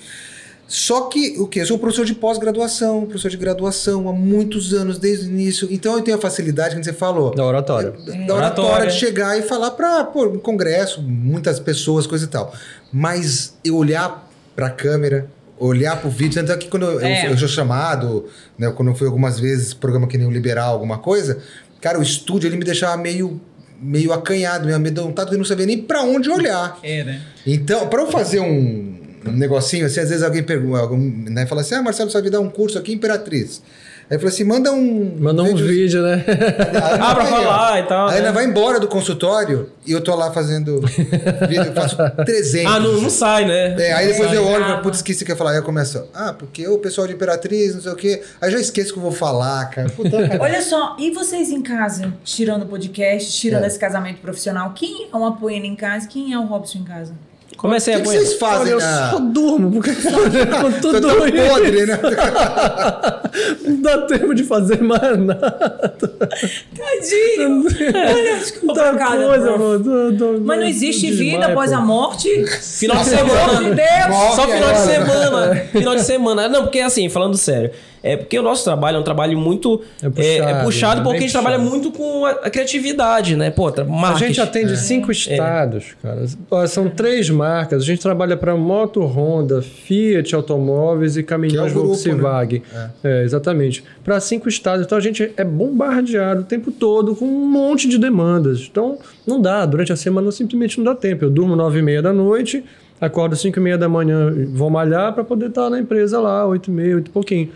Só que o quê? Eu sou professor de pós-graduação, professor de graduação há muitos anos, desde o início. Então eu tenho a facilidade, como você falou Da oratória. da oratória, Oratória. de chegar e falar para um congresso, muitas pessoas, coisa e tal. Mas eu olhar para a câmera, olhar para o vídeo, tanto é que quando eu, É. eu sou chamado, né, quando eu fui algumas vezes programa que nem o Liberal, alguma coisa, cara, o estúdio ele me deixava meio meio acanhado, meio amedrontado, que não sabia nem pra onde olhar. É, né? Então, pra eu fazer um, um negocinho assim, às vezes alguém pergunta, algum, né, fala assim: ah, Marcelo, você vai dar um curso aqui em Imperatriz. Aí eu falo assim: manda um. Mandou um vídeo, né? Ah, pra falar aí, e tal, Aí né? ela vai embora do consultório e eu tô lá fazendo. vídeo, eu faço 300. Ah, não, não sai, né? É, aí depois eu olho e falo, Brava. putz, esqueci o que eu ia falar. Aí eu começo, ah, porque o pessoal de Imperatriz, não sei o quê. Aí eu já esqueço o que eu vou falar, cara. Puta, cara. Olha só, e vocês em casa, tirando o podcast, É. tirando esse casamento profissional, quem é o Apoena em casa? Quem é o Robson em casa? Comecei O a que, que vocês fazem? eu na- só durmo, porque quando Tô tô tão doido, podre, né? não dá tempo de fazer mais nada. Tadinho! Olha, desculpa, Outra cara, coisa, prof. mano. tô- tô- Mas não existe desmaio, vida após pô. a morte? Final de Pelo amor de semana. Deus! Morre Só final de agora, né? semana. Final de semana. Não, porque assim, falando sério, é porque o nosso trabalho é um trabalho muito é, É é puxado, puxado, né? porque Bem a gente trabalha puxado. muito com a, a criatividade, né? Pô, tra- A marketing. gente atende cinco estados, cara. Ó, São três marcas. A gente trabalha para moto Honda, Fiat Automóveis e caminhões Que é o grupo, né? Volkswagen. É, exatamente. Para cinco estados. Então a gente é bombardeado o tempo todo com um monte de demandas. Então não dá. Durante a semana simplesmente não dá tempo. Eu durmo nove e meia da noite, acordo cinco e meia da manhã, vou malhar para poder estar na empresa lá, oito e meia, oito e pouquinho.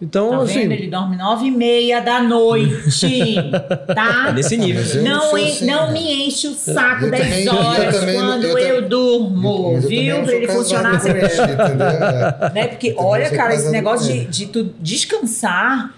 Então, Tá assim. vendo? Ele dorme nove e meia da noite, tá? É nesse nível. Mas eu Não, sou en- assim, não né? me enche o saco Eu das também- eu horas também não- quando eu, eu tam- durmo, Mas eu também viu? não Pra sou ele casado funcionar com ele, certinho. entendeu? É. Né? Porque, também olha, sou cara, esse casado negócio com de, ele. de tu descansar.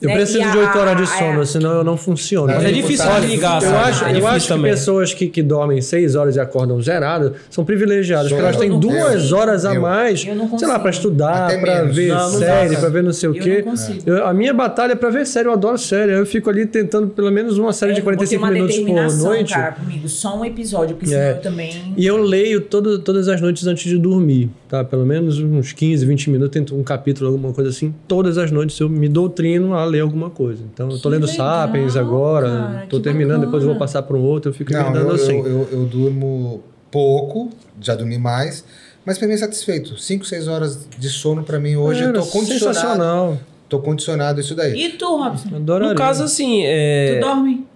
Eu né? preciso E de a- 8 horas de a- é. sono, assim, senão eu não funciono. Mas Mas é Eu difícil vou de botar- ligar, Eu sabe? acho, é eu difícil acho que também. pessoas que, que dormem 6 horas e acordam zeradas são privilegiadas, porque elas Sou eu. têm duas Eu. horas a Eu. mais, Eu não sei lá, consigo. para estudar, Até para menos. ver Não, não dá, série, cara. para ver não sei o Eu quê. não consigo. Eu- a minha batalha é para ver série, eu adoro série. Eu fico ali tentando pelo menos uma série É, de eu vou ter 45 uma minutos por determinação, noite. cara, comigo. Só um episódio, porque senão É. eu também. E eu leio todo, todas as noites antes de dormir, tá? Pelo menos uns 15, 20 minutos, tento um capítulo, alguma coisa assim. Todas as noites eu me doutrino a ler alguma coisa. Então, eu tô Que lendo legal, Sapiens agora, cara, tô que terminando, depois eu vou bacana. passar para um outro, eu fico Não, emendando eu, assim. eu, eu, eu durmo pouco, já dormi mais, mas pra mim é satisfeito. 5, 6 horas de sono pra mim hoje, eu Cara, tô condicionado. Sensacional. Tô condicionado isso daí. E tu, Robson? Adoraria. No caso, é. assim, Tu é... dorme?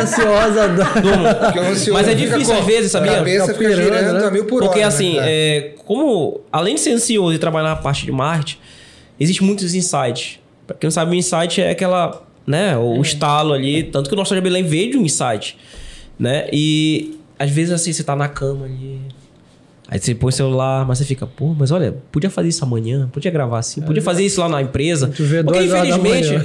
ansiosa. da- Porque o ansioso Mas é fica difícil com às vezes, sabia? A cabeça Fica fica pirando, girando né? a mil por Porque hora. né, assim, cara? é, como além de ser ansioso e trabalhar na parte de marketing, existem muitos insights. Pra quem não sabe, o insight é aquela, né, o É. estalo ali, tanto que o nosso de Belém veio de um insight, né? E às vezes assim, você tá na cama ali, Aí você põe o celular, mas você fica, pô, mas olha, podia fazer isso amanhã, podia gravar assim, É. podia fazer isso lá na empresa. Tu vê Porque duas horas da infelizmente,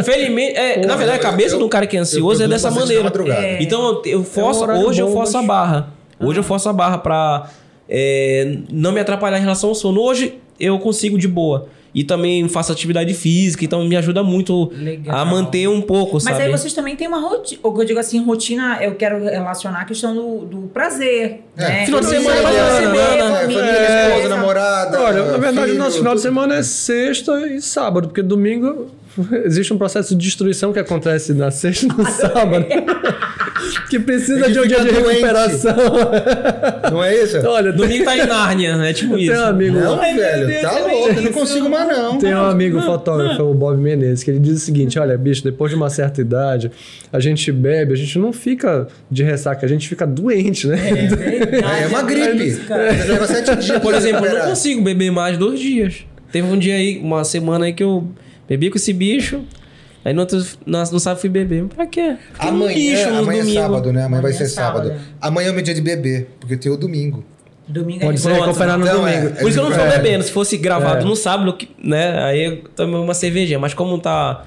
infelizmente, é, na verdade, a cabeça eu- de um cara que é ansioso eu durmo é dessa bastante na maneira. madrugada. É. Então eu, eu forço, horário hoje eu bom, forço a mas- barra. Ah. Hoje eu forço a barra pra é, não me atrapalhar em relação ao sono. Hoje eu consigo de boa. E também faço atividade física, então me ajuda muito Legal. a manter um pouco, Mas sabe? aí vocês também têm uma rotina. Eu digo assim, rotina, eu quero relacionar a questão do, do prazer. É. né? Final de semana, semana, É, família, família, esposa, beleza. namorada. Olha, na verdade, o filho, nosso final de tudo. semana é sexta e sábado, porque domingo existe um processo de destruição que acontece na sexta e no sábado. que precisa Ele de um dia fica de doente. recuperação. Não é isso? Olha, tem Domingo tá em Nárnia, né? Tipo isso. um amigo. Não, Ai, meu velho, Deus, tá é louco, eu isso. não consigo mais não. Tem um amigo fotógrafo, o Bob Menezes, que ele diz o seguinte: olha, bicho, depois de uma certa idade, a gente bebe, a gente não fica de ressaca, a gente fica doente, né? É, é uma gripe. Você Leva sete dias. Por pra exemplo, eu não recuperar. consigo beber mais dois dias. Teve um dia aí, uma semana aí que eu bebi com esse bicho. Aí no outro, na- no sábado fui beber. Pra quê? Fiquei um bicho Amanhã, no amanhã é domingo. sábado, né? Amanhã vai Amanhã é ser sábado. sábado. Amanhã é o meu dia de beber, porque tem o domingo. Domingo Pode se recuperar no Então, é. domingo. Por isso que eu não tô É. bebendo. Se fosse gravado no sábado, que- né? Aí eu tomei uma cervejinha. Mas como tá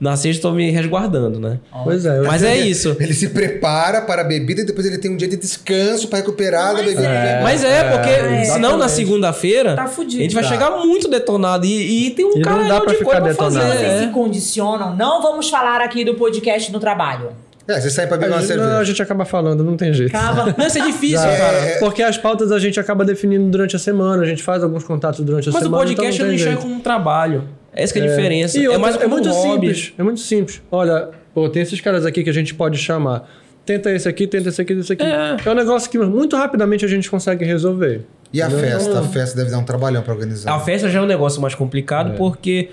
na sexta, eu tô me resguardando, né? Pois é, eu Mas é isso. Ele se prepara para a bebida e depois ele tem um dia de descanso para recuperar da Mas bebida. é. Mas é, porque é, senão na segunda-feira Tá a fudido. gente vai Tá. chegar muito detonado. E, e tem um E não cara dá pra de ficar coisa pra fazer. detonado. Vocês é. se condicionam. Não vamos falar aqui do podcast no trabalho. É, você sai para beber A uma gente, não, a cerveja. gente acaba falando, não tem jeito. Acaba. Não, isso é difícil, É, cara. Porque as pautas a gente acaba definindo durante a semana, a gente faz alguns contatos durante a Mas o semana. podcast então eu não tem enxergo jeito. como um trabalho. Essa que é a diferença. E é outra, mais como muito um hobby. simples. É muito simples. Olha, pô, tem esses caras aqui que a gente pode chamar. Tenta esse aqui, tenta esse aqui, esse aqui. É, um negócio que muito rapidamente a gente consegue resolver. E a festa? A festa deve dar um trabalhão para organizar. A festa já é um negócio mais complicado porque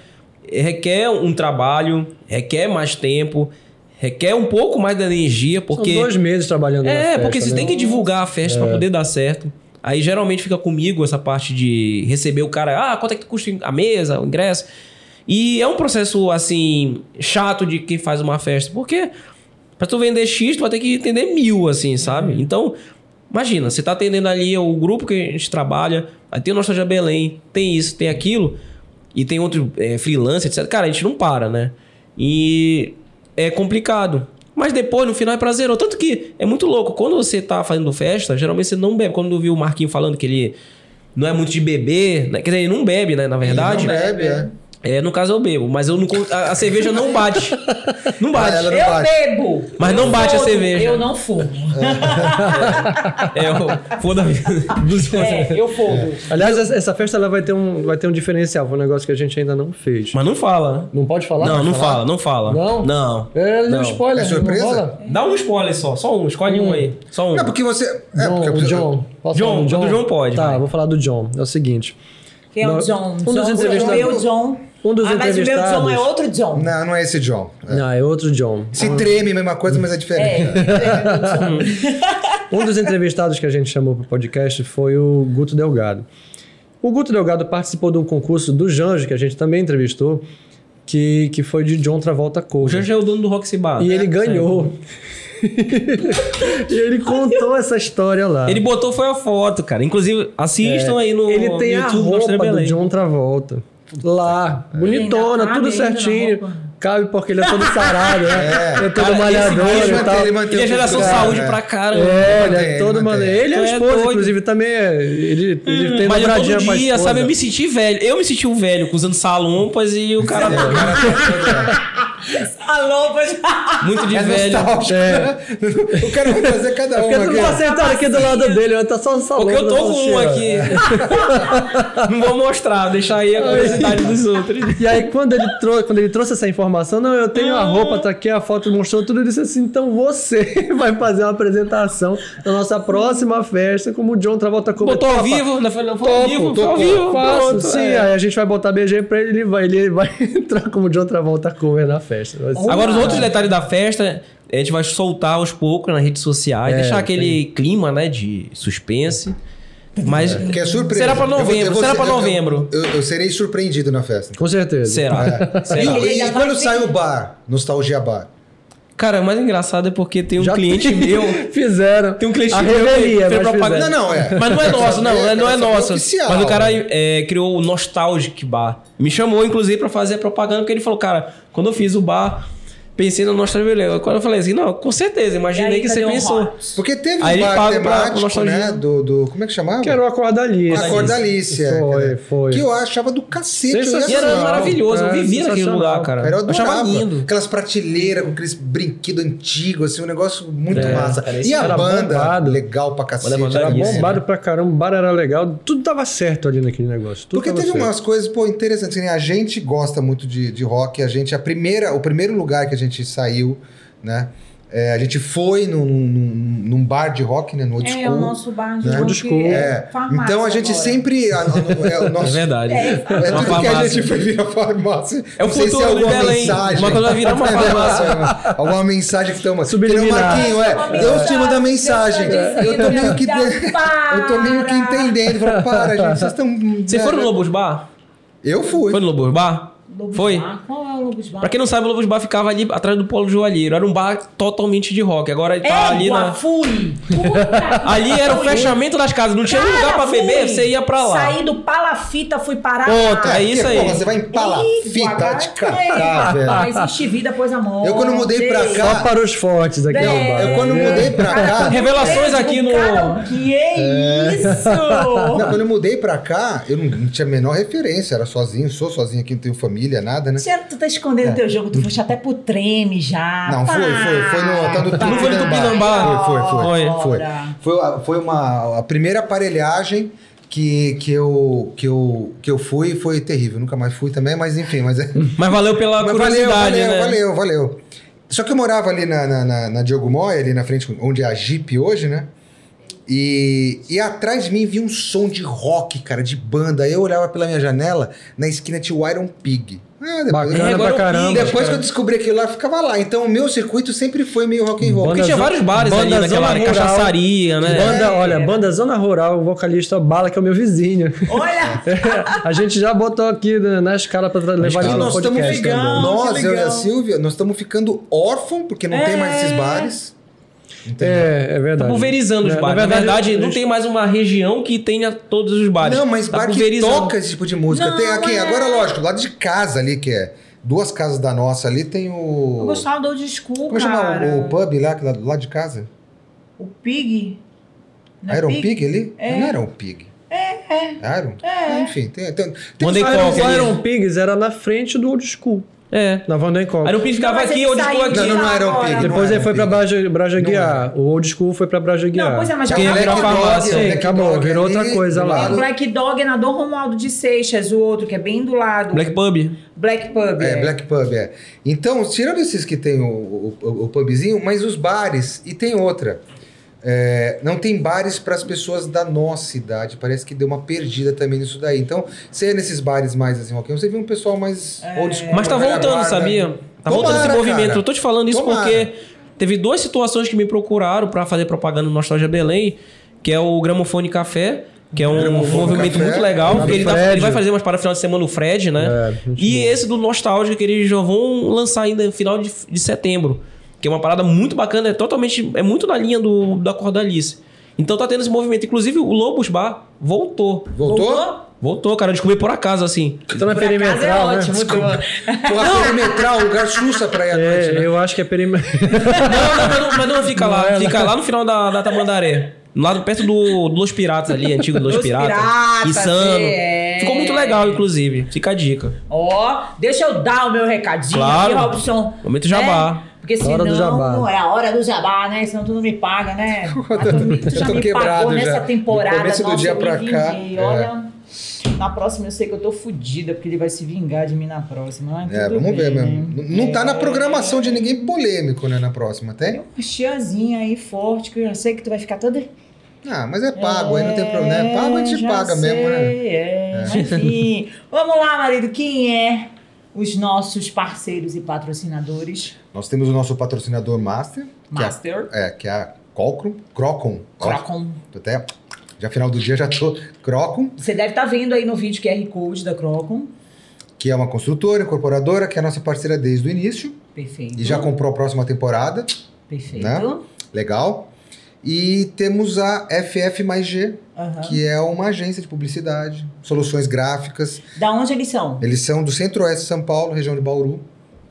requer um trabalho, requer mais tempo, Requer um pouco mais da energia, porque. São dois meses trabalhando na É, festa, porque você né? É. tem que divulgar a festa pra poder dar certo. Aí geralmente fica comigo essa parte de receber o cara, ah, quanto é que custa a mesa, o ingresso. E é um processo, assim, chato de quem faz uma festa, porque pra tu vender X, tu vai ter que entender mil, assim, Uhum. sabe? Então, imagina, você tá atendendo ali o grupo que a gente trabalha, aí tem o Nostalgia Belém, tem isso, tem aquilo, e tem outro é, freelancer, etc. Cara, a gente não para, né? E é complicado. Mas depois, no final, é prazeroso. Tanto que é muito louco. Quando você tá fazendo festa, geralmente você não bebe. Quando eu vi o Marquinho falando que ele não é muito de beber, né? quer dizer, ele não bebe, né? Na verdade. Não bebe, é. É, no caso eu bebo, mas eu não, con- a, a cerveja não bate. Não bate. Ela não Eu bate. bebo. Mas não Eu bate a fumo, cerveja. Eu não fumo. É, eu, foda-se. É, eu fumo. Aliás, essa- essa festa ela vai ter um, vai ter um diferencial, foi um negócio que a gente ainda não fez. Mas não fala. Não pode falar? Não, não Falar? fala, não fala. Não? Não. É, Não. não. spoiler. É surpresa? Não rola? Dá um spoiler só, só um, escolhe um aí. Só um. É porque você. É porque John, eu o preciso- John. Posso John, falar do do John pode, Tá, vai. vou falar do John. É o seguinte. Quem é o Não, John? um John dos o entrevistados- meu John. Um dos ah, mas o meu John entrevistados. é outro John. Não, não é esse John. É. Não, é outro John. Se treme, mesma coisa, mas é É, diferente. Um dos entrevistados que a gente chamou para o podcast foi o Guto Delgado. O Guto Delgado participou de um concurso do Janjo, que a gente também entrevistou, que, que foi de John Travolta O Cover. Jorge é o dono do Roxy Bar. E ele ganhou. e ele contou essa história lá. Ele botou foi a foto, cara. Inclusive, assistam É. aí no Ele tem a YouTube do roupa Nostra do Belém. John Travolta. Lá, Ele ainda bonitona, cabe tudo Tá ainda na certinho. roupa. Cabe porque ele é todo sarado, né? Ele é todo Cara, malhador esse bicho e tal. mantém- mantém Ele é o geração cara, saúde né? pra caramba. É, ele mantém, é todo mantém. maneiro. Ele é Tu o é esposo, doido. inclusive, também é. Ele, ele tem Mas eu dobradinha todo com a dia, esposa. sabe? Eu me senti velho. Eu me senti um velho, com usando salompas e o cara O É. cara tá Alô, pois... muito de é velho. É nostálgico. É né? O cara vai trazer cada Porque um tu não tá aqui. sentado aqui do lado dele, ele tá só no salão. Porque eu na tô com um mochila. aqui. Não vou mostrar, vou deixar aí a curiosidade dos outros. E aí, quando ele, trou quando ele trouxe essa informação, não, eu tenho a roupa, tá aqui, a foto mostrou tudo, ele disse assim: então você vai fazer uma apresentação na nossa próxima festa, como o John Travolta Cover. Botou ao Topa. vivo, não foi, não foi ao Topo, vivo, foi topo. ao vivo. Faço, pronto, sim, é. aí a gente vai botar BG pra ele, ele vai, ele vai entrar como John Travolta Cover na festa. Vai ser- Agora, os outros detalhes da festa, a gente vai soltar aos poucos nas redes sociais, É, deixar aquele clima, né, de suspense. Mas Que é surpresa. será pra Eu vou- eu novembro, vou será ser- pra eu- eu- novembro. Eu, eu serei surpreendido na festa. Com certeza. Será? tá E, Será? e- Ele e ainda quando vai assim. sai o bar? Nostalgia Bar. Cara, o mais engraçado é porque tem um Já cliente meu. Fizeram. Tem um cliente a meu que revelia, fez mas propaganda. fizeram. Não, não, é. Mas não é nosso, Quero não, é- saber- não é quero saber nosso. oficial. Mas o cara é, criou o Nostalgic Bar. Me chamou, inclusive, pra fazer a propaganda, porque ele falou, cara, quando eu fiz o bar, pensei no Nostalgic Bar. Quando eu falei assim, não, com certeza, imaginei E aí, que cadê você o pensou. Rock? Porque teve Aí um ele bar paga pra- pra temático, nostalgia. né? Do, do- Como é que chamava? Quero acordar ali. A Cor da Alice. é, Foi, cara. foi. Que eu achava do cacete. eu ia E era adorar. maravilhoso, eu é, vivia naquele sensacional. lugar, cara. Cara, eu Eu achava adorava. lindo. Aquelas prateleiras com aqueles brinquedos antigos, assim, um negócio muito É, massa. cara, e isso a era banda, bombado. legal pra cacete. Banda Era Isso, bombado pra caramba, o bar era legal, tudo tava certo ali naquele negócio. tudo Porque tava teve certo. umas coisas, pô, interessantes. assim, A gente gosta muito de, de rock. A gente, a primeira, o primeiro lugar que a gente saiu, né? é, a gente foi num, num- num bar de rock, né? No Old School. É, o nosso bar de Né? rock Desculpa. É. farmácia Então a gente agora. sempre. a- a- é, o É nosso, verdade. É Uma tudo que a farmácia. gente foi virar farmácia. É o Não sei se futuro de alguma Belém. mensagem. É, Uma coisa vai virar uma farmácia. alguma mensagem que estamos. Subliminar. Que nem o Marquinho, é. Deus te manda mensagem. Deus tá Eu tô meio que. dizendo, para. Eu tô meio que entendendo. Falando, para, gente, vocês estão. Vocês foram no Lobos Bar? Eu fui. Foi no Lobos Bar? Lobos Foi? Bar. Qual é o Lobos Bar? Pra quem não sabe, o Lobos Bar ficava ali atrás do Polo Joalheiro. Era um bar totalmente de rock. Agora ele tá Égua, ali na. fui. Puta Ali que era o pariu. fechamento das casas. Não tinha um Cara, lugar pra fui. beber, você ia pra lá. Saí do Palafita, fui parar. Ponto, lá. é isso aí. Porra, você vai empalar Égua, fita cara. tá, de Não catar, velho. existe vida após a morte. é, Eu quando mudei pra cá- Só para os fortes aqui É, no bar. Eu quando mudei pra um cá. Revelações aqui no. Cara, um. que é isso? Não, quando eu mudei pra cá, eu não, não tinha a menor referência. Era sozinho, sou sozinho aqui, não tenho família, nada, né? Sério, tu tá escondendo o teu jogo, tu foste até pro treme já. Não, foi, foi, foi no hotel do Não foi no Tupinambá? Foi, foi, foi. Olha. Foi, foi, a- foi uma, a primeira aparelhagem que, que, eu, que, eu, que eu fui foi terrível. Nunca mais fui também, mas enfim. Mas, é- Mas valeu pela mas valeu, curiosidade, valeu, né? valeu, valeu. Só que eu morava ali na, na, na- na Diogo Moya, ali na frente, onde é a Jeep hoje, né? E, e atrás de mim vinha um som de rock, cara, de banda. Aí eu olhava pela minha janela, na esquina tinha o Iron Pig. Ah, depois, Bacana É, agora pra eu- caramba. depois cara. que eu descobri aquilo lá, eu ficava lá. Então o meu circuito sempre foi meio rock and roll. Porque tinha Zona- vários bares ali Banda naquela Zona área, Rural. cachaçaria, né? Banda, olha, banda Zona Rural, o vocalista Bala, que é o meu vizinho. É, Olha! a gente já botou aqui na, na escala pra tra- levar ele E no nós estamos podcast. ficando- também. também. Nós, Que eu e a legal. Silvia, nós estamos ficando órfão, porque não tem mais É. esses bares. Entendeu? É, é Tá verdade. pulverizando os É, bares. Na verdade, a não gente- tem mais uma região que tenha todos os bares. Não, mas Tá bar que pulverizando. toca esse tipo de música. Não, tem aqui, é. agora lógico, do lado de casa ali, que é duas casas da nossa ali, tem Eu o... gostava do old school, Como é chama cara. o, o pub lá, que lá do lado de casa? O Pig. Não é Iron Pig, ali? É. Não era um Pig. É, é. Iron? É. Enfim, tem... tem, tem Mandei Iron, coca ali. Iron Pigs era na frente do Old School, É. na Van Den Kolk. Iron Pig ficava Não, mas aqui, ele onde ficou saiu aqui. de Não, não, não, lá era um agora. Pig, não. Depois ele era foi um pra Pig. Braja, Braja Não é. Guiar. O Old School foi pra Braja Guiar. Não, pois é, mas já Porque tá ele lá. virou Black farmácia. Dog, Sim, Black acabou, Dog virou ali, outra coisa do lá. lado- Black Dog é na Dom Romualdo de Seixas, o outro que é bem do lado. Black Pub. Black Pub. É, é. Black Pub, é. Então, tirando esses que tem o, o- o- o pubzinho, mas os bares, e tem outra. É, não tem bares para as pessoas da nossa idade. Parece que deu uma perdida também nisso daí. Então, você ia nesses bares mais assim, rock, and roll, você viu um pessoal mais É. old school. Mas tá velha voltando, guarda. sabia? Tomara, Tá voltando esse movimento. né? cara. Eu tô te falando isso Tomara. porque teve duas situações que me procuraram pra fazer propaganda no Nostalgia Belém, que é o Gramofone Café, que é um Gramofone movimento Café. muito legal. Lá do porque ele, tá- Fred. ele vai fazer umas para final de semana no Fred, né? É, muito e esse do Nostalgia que eles já vão lançar ainda no final de, de setembro. Que é uma parada muito bacana, é totalmente. É muito na linha do, da Cordalice. Então tá tendo esse movimento. Inclusive, o Lobos Bar voltou. Voltou? Voltou, cara. Eu descobri por acaso, assim. Tô na Por acaso é Então perimetral, né? ótimo. Porra, perimetral, um lugar sussa pra ir à noite, É, né? eu acho que é perimetral. Não, não, mas não, mas não fica é, lá. né? fica lá no final da, da Tamandaré. Lá do- perto do, do Los Piratas ali, antigo Los, Los Piratas. Piratas, Insano. é. Ficou muito legal, inclusive. Fica a dica. Ó, deixa eu dar o meu recadinho Claro. aqui, Robson. Momento jabá. Porque senão do jabá. não é a hora do jabá, né? Senão tu não me paga, né? Ah, tu, me- tu Eu já tô me quebrado pagou já. nessa Do temporada. começo do Nossa, dia eu me pra cá, vinguei. é. Olha, na próxima eu sei que eu tô fudida, porque ele vai se vingar de mim na próxima. Mas É, tudo vamos ver bem, mesmo. né? N- Não tá na É. programação de ninguém polêmico, né? Na próxima, Tem tem? uma chiazinha aí forte, que eu já sei que tu vai ficar toda. Ah, mas é pago, aí não tem problema. É pago, a gente já paga mesmo, né? sei, É, mas enfim. Vamos lá, marido. Quem é os nossos parceiros e patrocinadores? Nós temos o nosso patrocinador Master, que é a Master. É, que é a Colcrum, Crocon. Crocom. Tô Até, já final do dia já tô. Crocon, Você deve estar vendo aí no vídeo QR Code da Crocom. que é uma construtora, incorporadora, que é a nossa parceira desde o início Perfeito. e já comprou a próxima temporada. Perfeito. né? Aham. Legal. E temos a FF mais G, Ah. que é uma agência de publicidade, soluções gráficas. Da onde eles são? Eles são do Centro-Oeste de São Paulo, região de Bauru.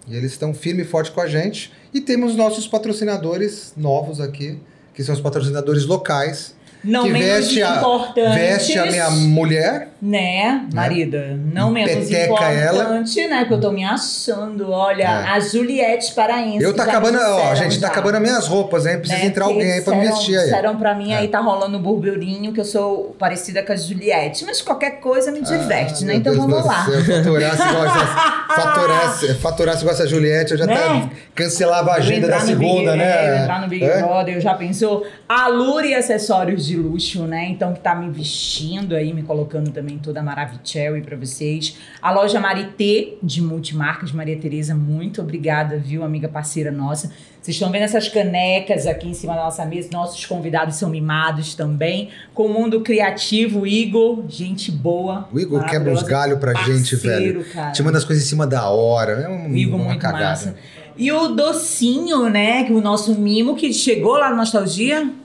E eles estão firme e forte com a gente. E temos nossos patrocinadores novos aqui, que são os patrocinadores locais. Não que menos veste a- importantes. Veste a minha mulher, Né, marida? Não menos Peteca importante, né? Que eu tô me achando. Olha, É. a Juliette Paraense. Eu tá já acabando, me ó, disseram gente, tá já, acabando as minhas roupas, hein? Precisa né, entrar que alguém aí pra me disseram- vestir aí. Disseram pra mim, É. aí tá rolando um burburinho que eu sou parecida com a Juliette. Mas qualquer coisa me diverte, né? Ah, Meu Então Deus vamos do lá. céu, Faturasse igual essa, faturasse, faturasse igual essa Juliette, eu já Né? tá, cancelava a Eu agenda entrar da no segunda, Big- é, eu né? entrar no Big É? Brother, já pensou? Alure acessórios de luxo, né? Então, que tá me vestindo aí, me colocando também toda Maravicherry pra vocês. A loja Maritê, de multimarcas, Maria Tereza, muito obrigada, viu, amiga parceira nossa. Vocês estão vendo essas canecas aqui em cima da nossa mesa. Nossos convidados são mimados também. Com o mundo criativo, Igor, gente boa. O Igor quebra os maravilhosa, galhos pra gente, velho. parceiro, Cara. Te manda as coisas em cima da hora. É um, Igor, uma muito cagada. massa. E o docinho, né? Que o nosso mimo que chegou lá no Nostalgia.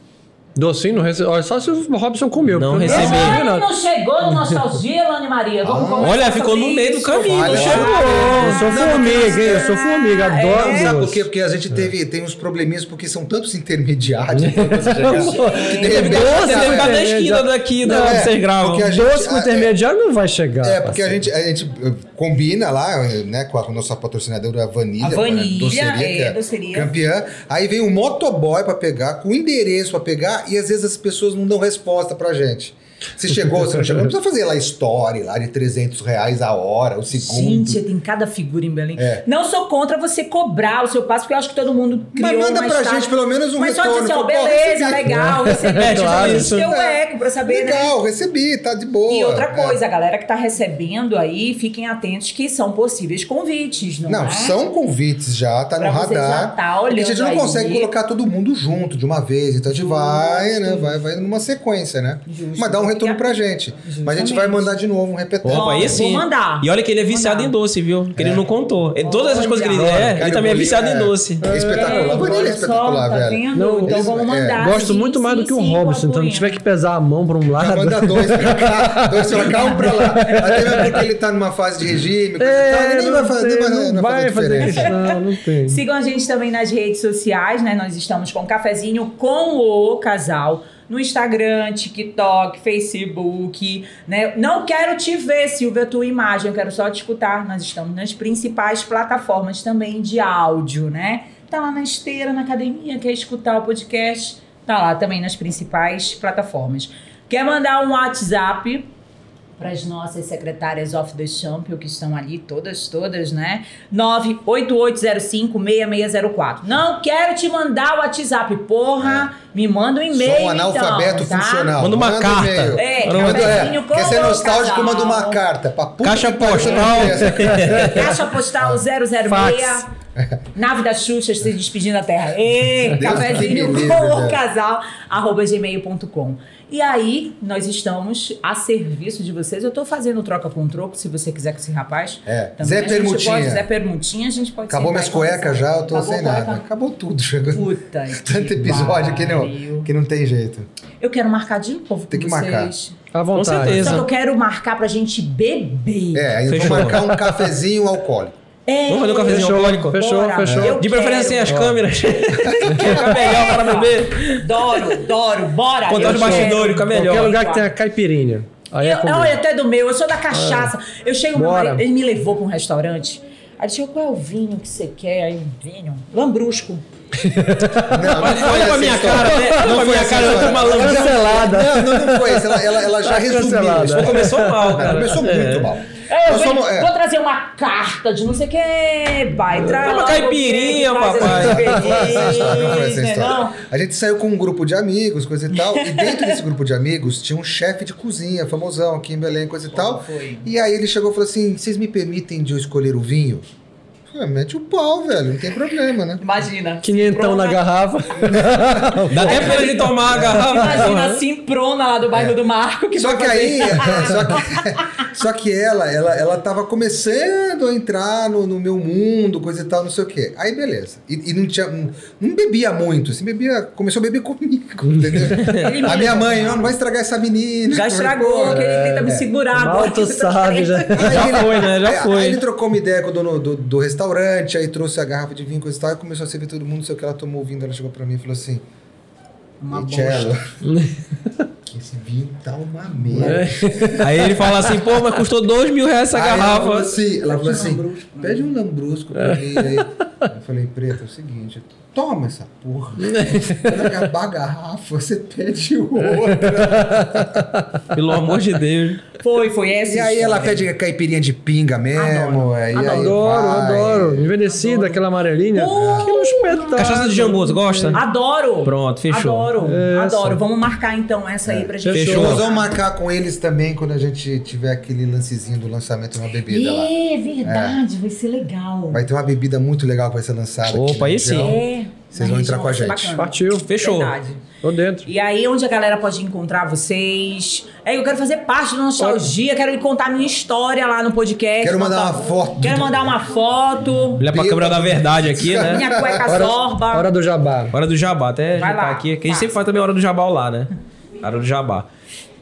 Docinho, não recebeu. Olha, só se o Robson comeu. Não porque eu recebi. recebi Ele nada. não chegou no Nostalgia, Lani Maria. Vamos Ah. conversar Olha, ficou sobre no meio do isso. caminho, Olha, não chegou. Eu sou formiga, hein? Eu sou formiga, é. adoro Não, sabe por quê? doce. Porque a gente teve, tem uns probleminhas, porque são tantos intermediários. tantas chegadas, que de Teve repente- doce, Não, teve é- cada é, esquina já- daqui, da Não, onde é, vocês gravam. porque a gente- Doce com a- intermediário não vai chegar. É, porque a parceiro. gente, a gente eh, combina lá, eh, né, com a nossa patrocinadora a Vanilha. A Vanilha, é, que doceria. Campeã. Aí vem um motoboy pra pegar, com o endereço pra pegar, e às vezes as pessoas não dão resposta pra gente. Se chegou, se não chegou, não precisa fazer lá story lá de 300 reais a hora, o segundo. É. Gente, tem cada figura em Belém. Não sou contra você cobrar o seu passo, porque eu acho que todo mundo criou mas manda uma pra estátua. gente pelo menos um Mas só retorno. dizer, assim, ó, Fala, pô, né? beleza, recebi. legal, recebi, É, claro, tipo, isso. isso que eu eco pra saber, né? Legal, recebi, tá de boa. E outra É. coisa, a galera que tá recebendo aí, fiquem atentos que são possíveis convites, não, Não, é? são convites já, tá Pra no você já radar. tá É que a gente olhando não aí. consegue colocar todo mundo junto de uma vez, então a gente Justo. vai, né? Vai, vai numa sequência, né? Justo. Mas dá um retorno pra gente. Mas a gente vai Justamente. mandar de novo um repetão. Opa, aí sim. Vou mandar. E olha que ele é viciado Mandar. em doce, viu? Que ele não contou. Ele- todas essas Olha. coisas que ele É. Olha, é, cara, ele também é o bolinho viciado é- em doce. É espetacular. É, o Bonilha é olha só, espetacular, tá velho. vendo? Não, então eles- vamos é, mandar. Gosto sim, muito mais sim, do que o sim, Robson, então se apoiando. tiver que pesar a mão pra um Ah, lado. manda dois pra cá, dois pra cá, um pra lá. Até mesmo porque ele tá numa fase de regime, coisa e É, tal, Tá, ele nem É, não vai fazer, tem, nem vai, não não vai fazer diferença. Não, não tem. Sigam a gente também nas redes sociais, né? Nós estamos com cafezinho com o casal no Instagram, TikTok, Facebook, né? Não quero te ver, Silvia, tua imagem, eu quero só te escutar. Nós estamos nas principais plataformas também de áudio, né? Tá lá na esteira, na academia, quer escutar o podcast? Tá lá também nas principais plataformas. Quer mandar um WhatsApp? para as nossas secretárias off the champion que estão ali todas todas né 988056604 não quero te mandar o WhatsApp porra me manda um e-mail É. Sou um analfabeto então, tá? funcional. Manda uma um carta. e-mail. É, manda, é, cafezinho com quer ser o nostálgico, casal. manda uma carta. Pra puta Caixa que pariu, postal. essa criança. Caixa postal 006 Fax. Nave da Xuxa se despedindo da terra. Ê, Deus cafezinho que me livre, com o velho. casal, arroba gmail.com. E aí, nós estamos a serviço de vocês. Eu tô fazendo troca com troco, se você quiser com esse rapaz. É, Também Zé a gente Permutinha. pode- Zé Permutinha, a gente pode Acabou sentar minhas e conversar. cuecas já, eu tô Acabou sem a cueca? nada. Acabou tudo, chegou. Puta Tanto episódio que pariu. não, que não tem jeito. Eu quero marcar de novo Tem com que vocês. marcar. À vontade. certeza. Só que eu quero marcar pra gente beber. É, aí vou Fechou. marcar um cafezinho alcoólico. É. Vamos fazer um cafezinho Fechou, alcoólico? fechou, Bora. fechou. Eu De preferência sem quero. as câmeras. Fica melhor para beber. Doro, Doro, bora. Contar eu os quero. bastidores, fica melhor. então. Qualquer lugar que tenha caipirinha. Aí é Eu, comigo. olha, até do meu, eu sou da cachaça. Eu chego, meu Bora. marido, ele me levou pra um restaurante. Aí ele chegou, qual é o vinho que você quer? Aí, um vinho, lambrusco. Não, não foi Olha pra essa minha história. cara, né? Olha pra minha essa cara, eu tô história. maluco. Cancelada. Não, não, não foi essa. Ela, ela, ela já resumiu. cancelada. isso. Pô, Tá Começou mal, Ela cara. Começou muito mal. É, eu Nós venho- somos- é. vou trazer uma carta de não sei o que, vai trazer. Uma caipirinha, papai. Não foi essa Não, assim, história. não. A gente saiu com um grupo de amigos, coisa e tal. E dentro desse grupo de amigos tinha um chefe de cozinha, famosão aqui em Belém, coisa e tal. foi. E aí ele chegou e falou assim: vocês me permitem de eu escolher o vinho? Eu falei, "Ah, Mete o pau, velho, não tem problema, né? Imagina. Quinhentão na Pronta. garrafa. Dá até pena de É tomar a garrafa. Imagina assim, prona lá do bairro do Marco. Que É. Só vai que fazer- aí, é, só que, só que ela, ela, ela tava começando a entrar no, no meu mundo, coisa e tal, não sei o quê. Aí, beleza. E, e não tinha, não, não bebia muito, assim, bebia, começou a beber comigo, entendeu? Ele a me- minha mãe, "Ah, não vai estragar essa menina. Já estragou, que ele tenta me segurar. agora é. Mal que tu você tá sabe, já. É. Aí ele- foi, né? Já aí- foi. Aí ele trocou uma ideia com o dono do, do restaurante, aí trouxe a garrafa de vinho, coisa e tal, e começou a servir todo mundo, não sei o que ela tomou o vinho, ela chegou pra mim e falou assim, Uma Cello, esse vinho tá É. uma merda. Aí ele fala assim, pô, mas custou dois mil reais essa Aí Ela falou garrafa. assim, ela falou um assim, lambrusco né? pra pede um lambrusco pra mim aí. Eu falei, preta, é o seguinte, toma essa porra. Quando acabar a garrafa, você pede outra. Pelo amor de Deus. Foi, foi essa E aí ela história. pede caipirinha de pinga mesmo. Adoro, aí- aí adoro. Adoro, vai. adoro. Envelhecida, aquela amarelinha. Uh! Aquilo é um espetáculo. Cachaça de jambu, você gosta? Tá. Adoro. Pronto, fechou. Adoro, Essa. adoro. Vamos marcar então essa aí pra gente. Fechou. É. Nós vamos marcar um com eles também quando a gente tiver aquele lancezinho do lançamento de uma bebida lá. É verdade, vai ser legal. Vai ter uma bebida muito legal que vai ser lançada. aqui Opa, na aí região. sim. É. Vocês vão entrar com a Vai ser gente. bacana. Partiu. Fechou. Verdade. Tô dentro. E aí, onde a galera pode encontrar vocês? É, eu quero fazer parte da nostalgia, quero contar minha história lá no podcast. Quero mandar Contar- uma foto. Quero mandar uma foto. Olha pra câmera da verdade aqui, né? Minha cueca zorba. Hora do jabá. Hora do jabá, até Vai já tá lá, aqui. Que a gente passa. sempre faz também hora do jabá lá, né? Hora do jabá.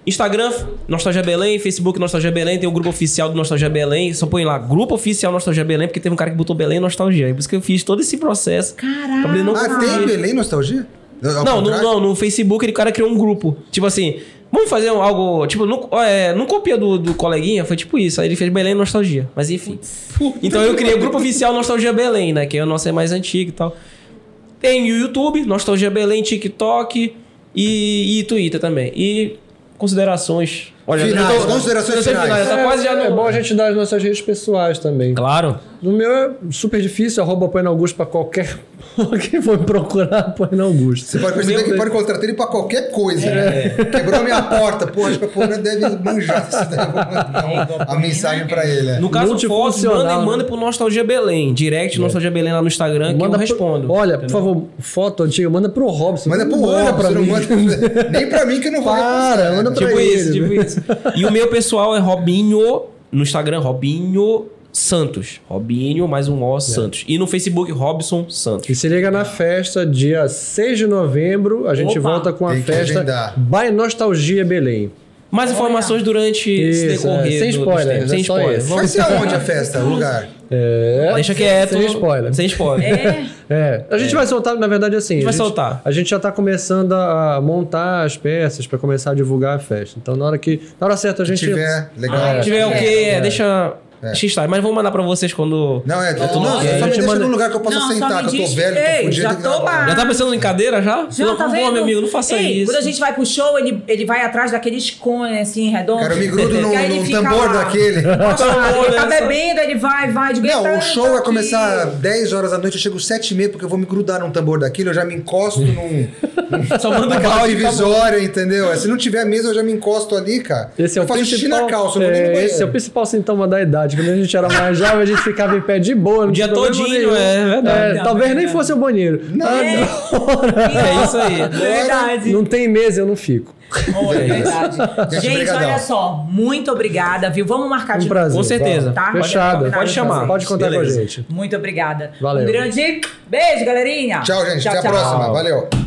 Instagram, Nostalgia Belém, Facebook Nostalgia Belém, tem o grupo oficial do Nostalgia Belém. Só põe lá, grupo oficial Nostalgia Belém, porque teve um cara que botou Belém e Nostalgia. É por isso que eu fiz todo esse processo. Caraca. Pra ele não Ah, confundir. tem Belém Nostalgia? Ao Não, no, contrário? não, no Facebook ele cara criou um grupo. Tipo assim, vamos fazer um- algo. Tipo, não, é, não copia do, do coleguinha, foi tipo isso. Aí ele fez Belém e Nostalgia. Mas enfim. Então eu criei o grupo oficial Nostalgia Belém, né? Que é o nosso é mais antigo e tal. Tem o YouTube, Nostalgia Belém, TikTok e, e Twitter também. E considerações. Olha, Finais, eu tô- considerações eu sei finais. Eu tô quase já no... Então. É bom a gente dar as nossas redes pessoais também. Claro. No meu é super difícil, arroba Apoena Augusto pra qualquer. Quem for me procurar, Apoena Augusto. Você pode perceber que pode contratar ele pra qualquer coisa. né? Quebrou a minha porta. Pô, acho que a porra deve manjar isso daí. Vou mandar uma- a mensagem pra ele. é. No caso, fotos, Multifuncional, manda, né? manda pro Nostalgia Belém. Direct Nostalgia Belém lá no Instagram que eu pro- respondo. Olha, por favor, foto antiga, manda pro Robson. Manda pro Manda Robson, pra não mim. manda- nem pra mim que eu não vou Para, repostar, né? manda pra Tipo ele, isso, tipo né? isso. E o meu pessoal é Robinho, no Instagram, Robinho Santos. Robinho, mais um O, Santos. E no Facebook, Robson E Santos. se liga na festa, dia 6 de novembro, a gente Opa. volta com a Tem que festa agendar. By Nostalgia Belém. Mais informações durante esse Isso, decorrer. é. Sem do- dos spoilers, tempos. é Sem só spoiler. esse. Vai ser aonde a festa, o lugar? É, Deixa quieto. Sem spoiler. Sem spoiler. É, É, a gente vai soltar, na verdade, assim. A gente vai soltar. A gente já tá começando a montar as peças pra começar a divulgar a festa. Então, na hora que. Na hora certa a Se gente. tiver, legal. Se tiver o É, quê? é, Deixa... X estar. Mas vou mandar pra vocês quando... Não, é. Não, não- só me a gente deixa manda- num lugar que eu possa Não, só sentar, me que eu tô diz- velho, Ei, tô fudido. já tem que dar tô uma- lá. Já tá pensando em cadeira já? já tá vendo? Pô, meu amigo, não faça Ei, isso. Quando a gente vai pro show, ele, ele vai atrás daquele cone, assim, redondo. Cara, eu me grudo E aí num ele num fica tambor lá. daquele. Nossa, Tambor, ele tá né? bebendo, ele vai, vai. Digo, Não, "Eita, o show tá vai aqui." começar 10 horas da noite, eu chego 7 e meia, porque eu vou me grudar num tambor daquilo, eu já me encosto num. Só manda o Aquela balde. acabou. divisória, entendeu? É, Se não tiver mesa, eu já me encosto ali, cara. Esse é eu o faço xixi principal, na calça, eu não vou nem no é, banheiro. Esse é o principal sintoma da idade. Quando a gente era mais jovem, a gente ficava em pé de boa. O dia todinho, é verdade. talvez nem fosse o banheiro. É isso É aí. Verdade. Não tem mesa, eu não fico. Olha, é verdade. Gente, Gente, brigadão. olha só. Muito obrigada, viu? Vamos marcar de Um prazer. Com certeza. Tá? Fechado. Pode chamar. Pode contar Beleza. com a gente. Muito obrigada. Valeu. Um grande beijo, galerinha. Tchau, gente. Até a próxima. Valeu.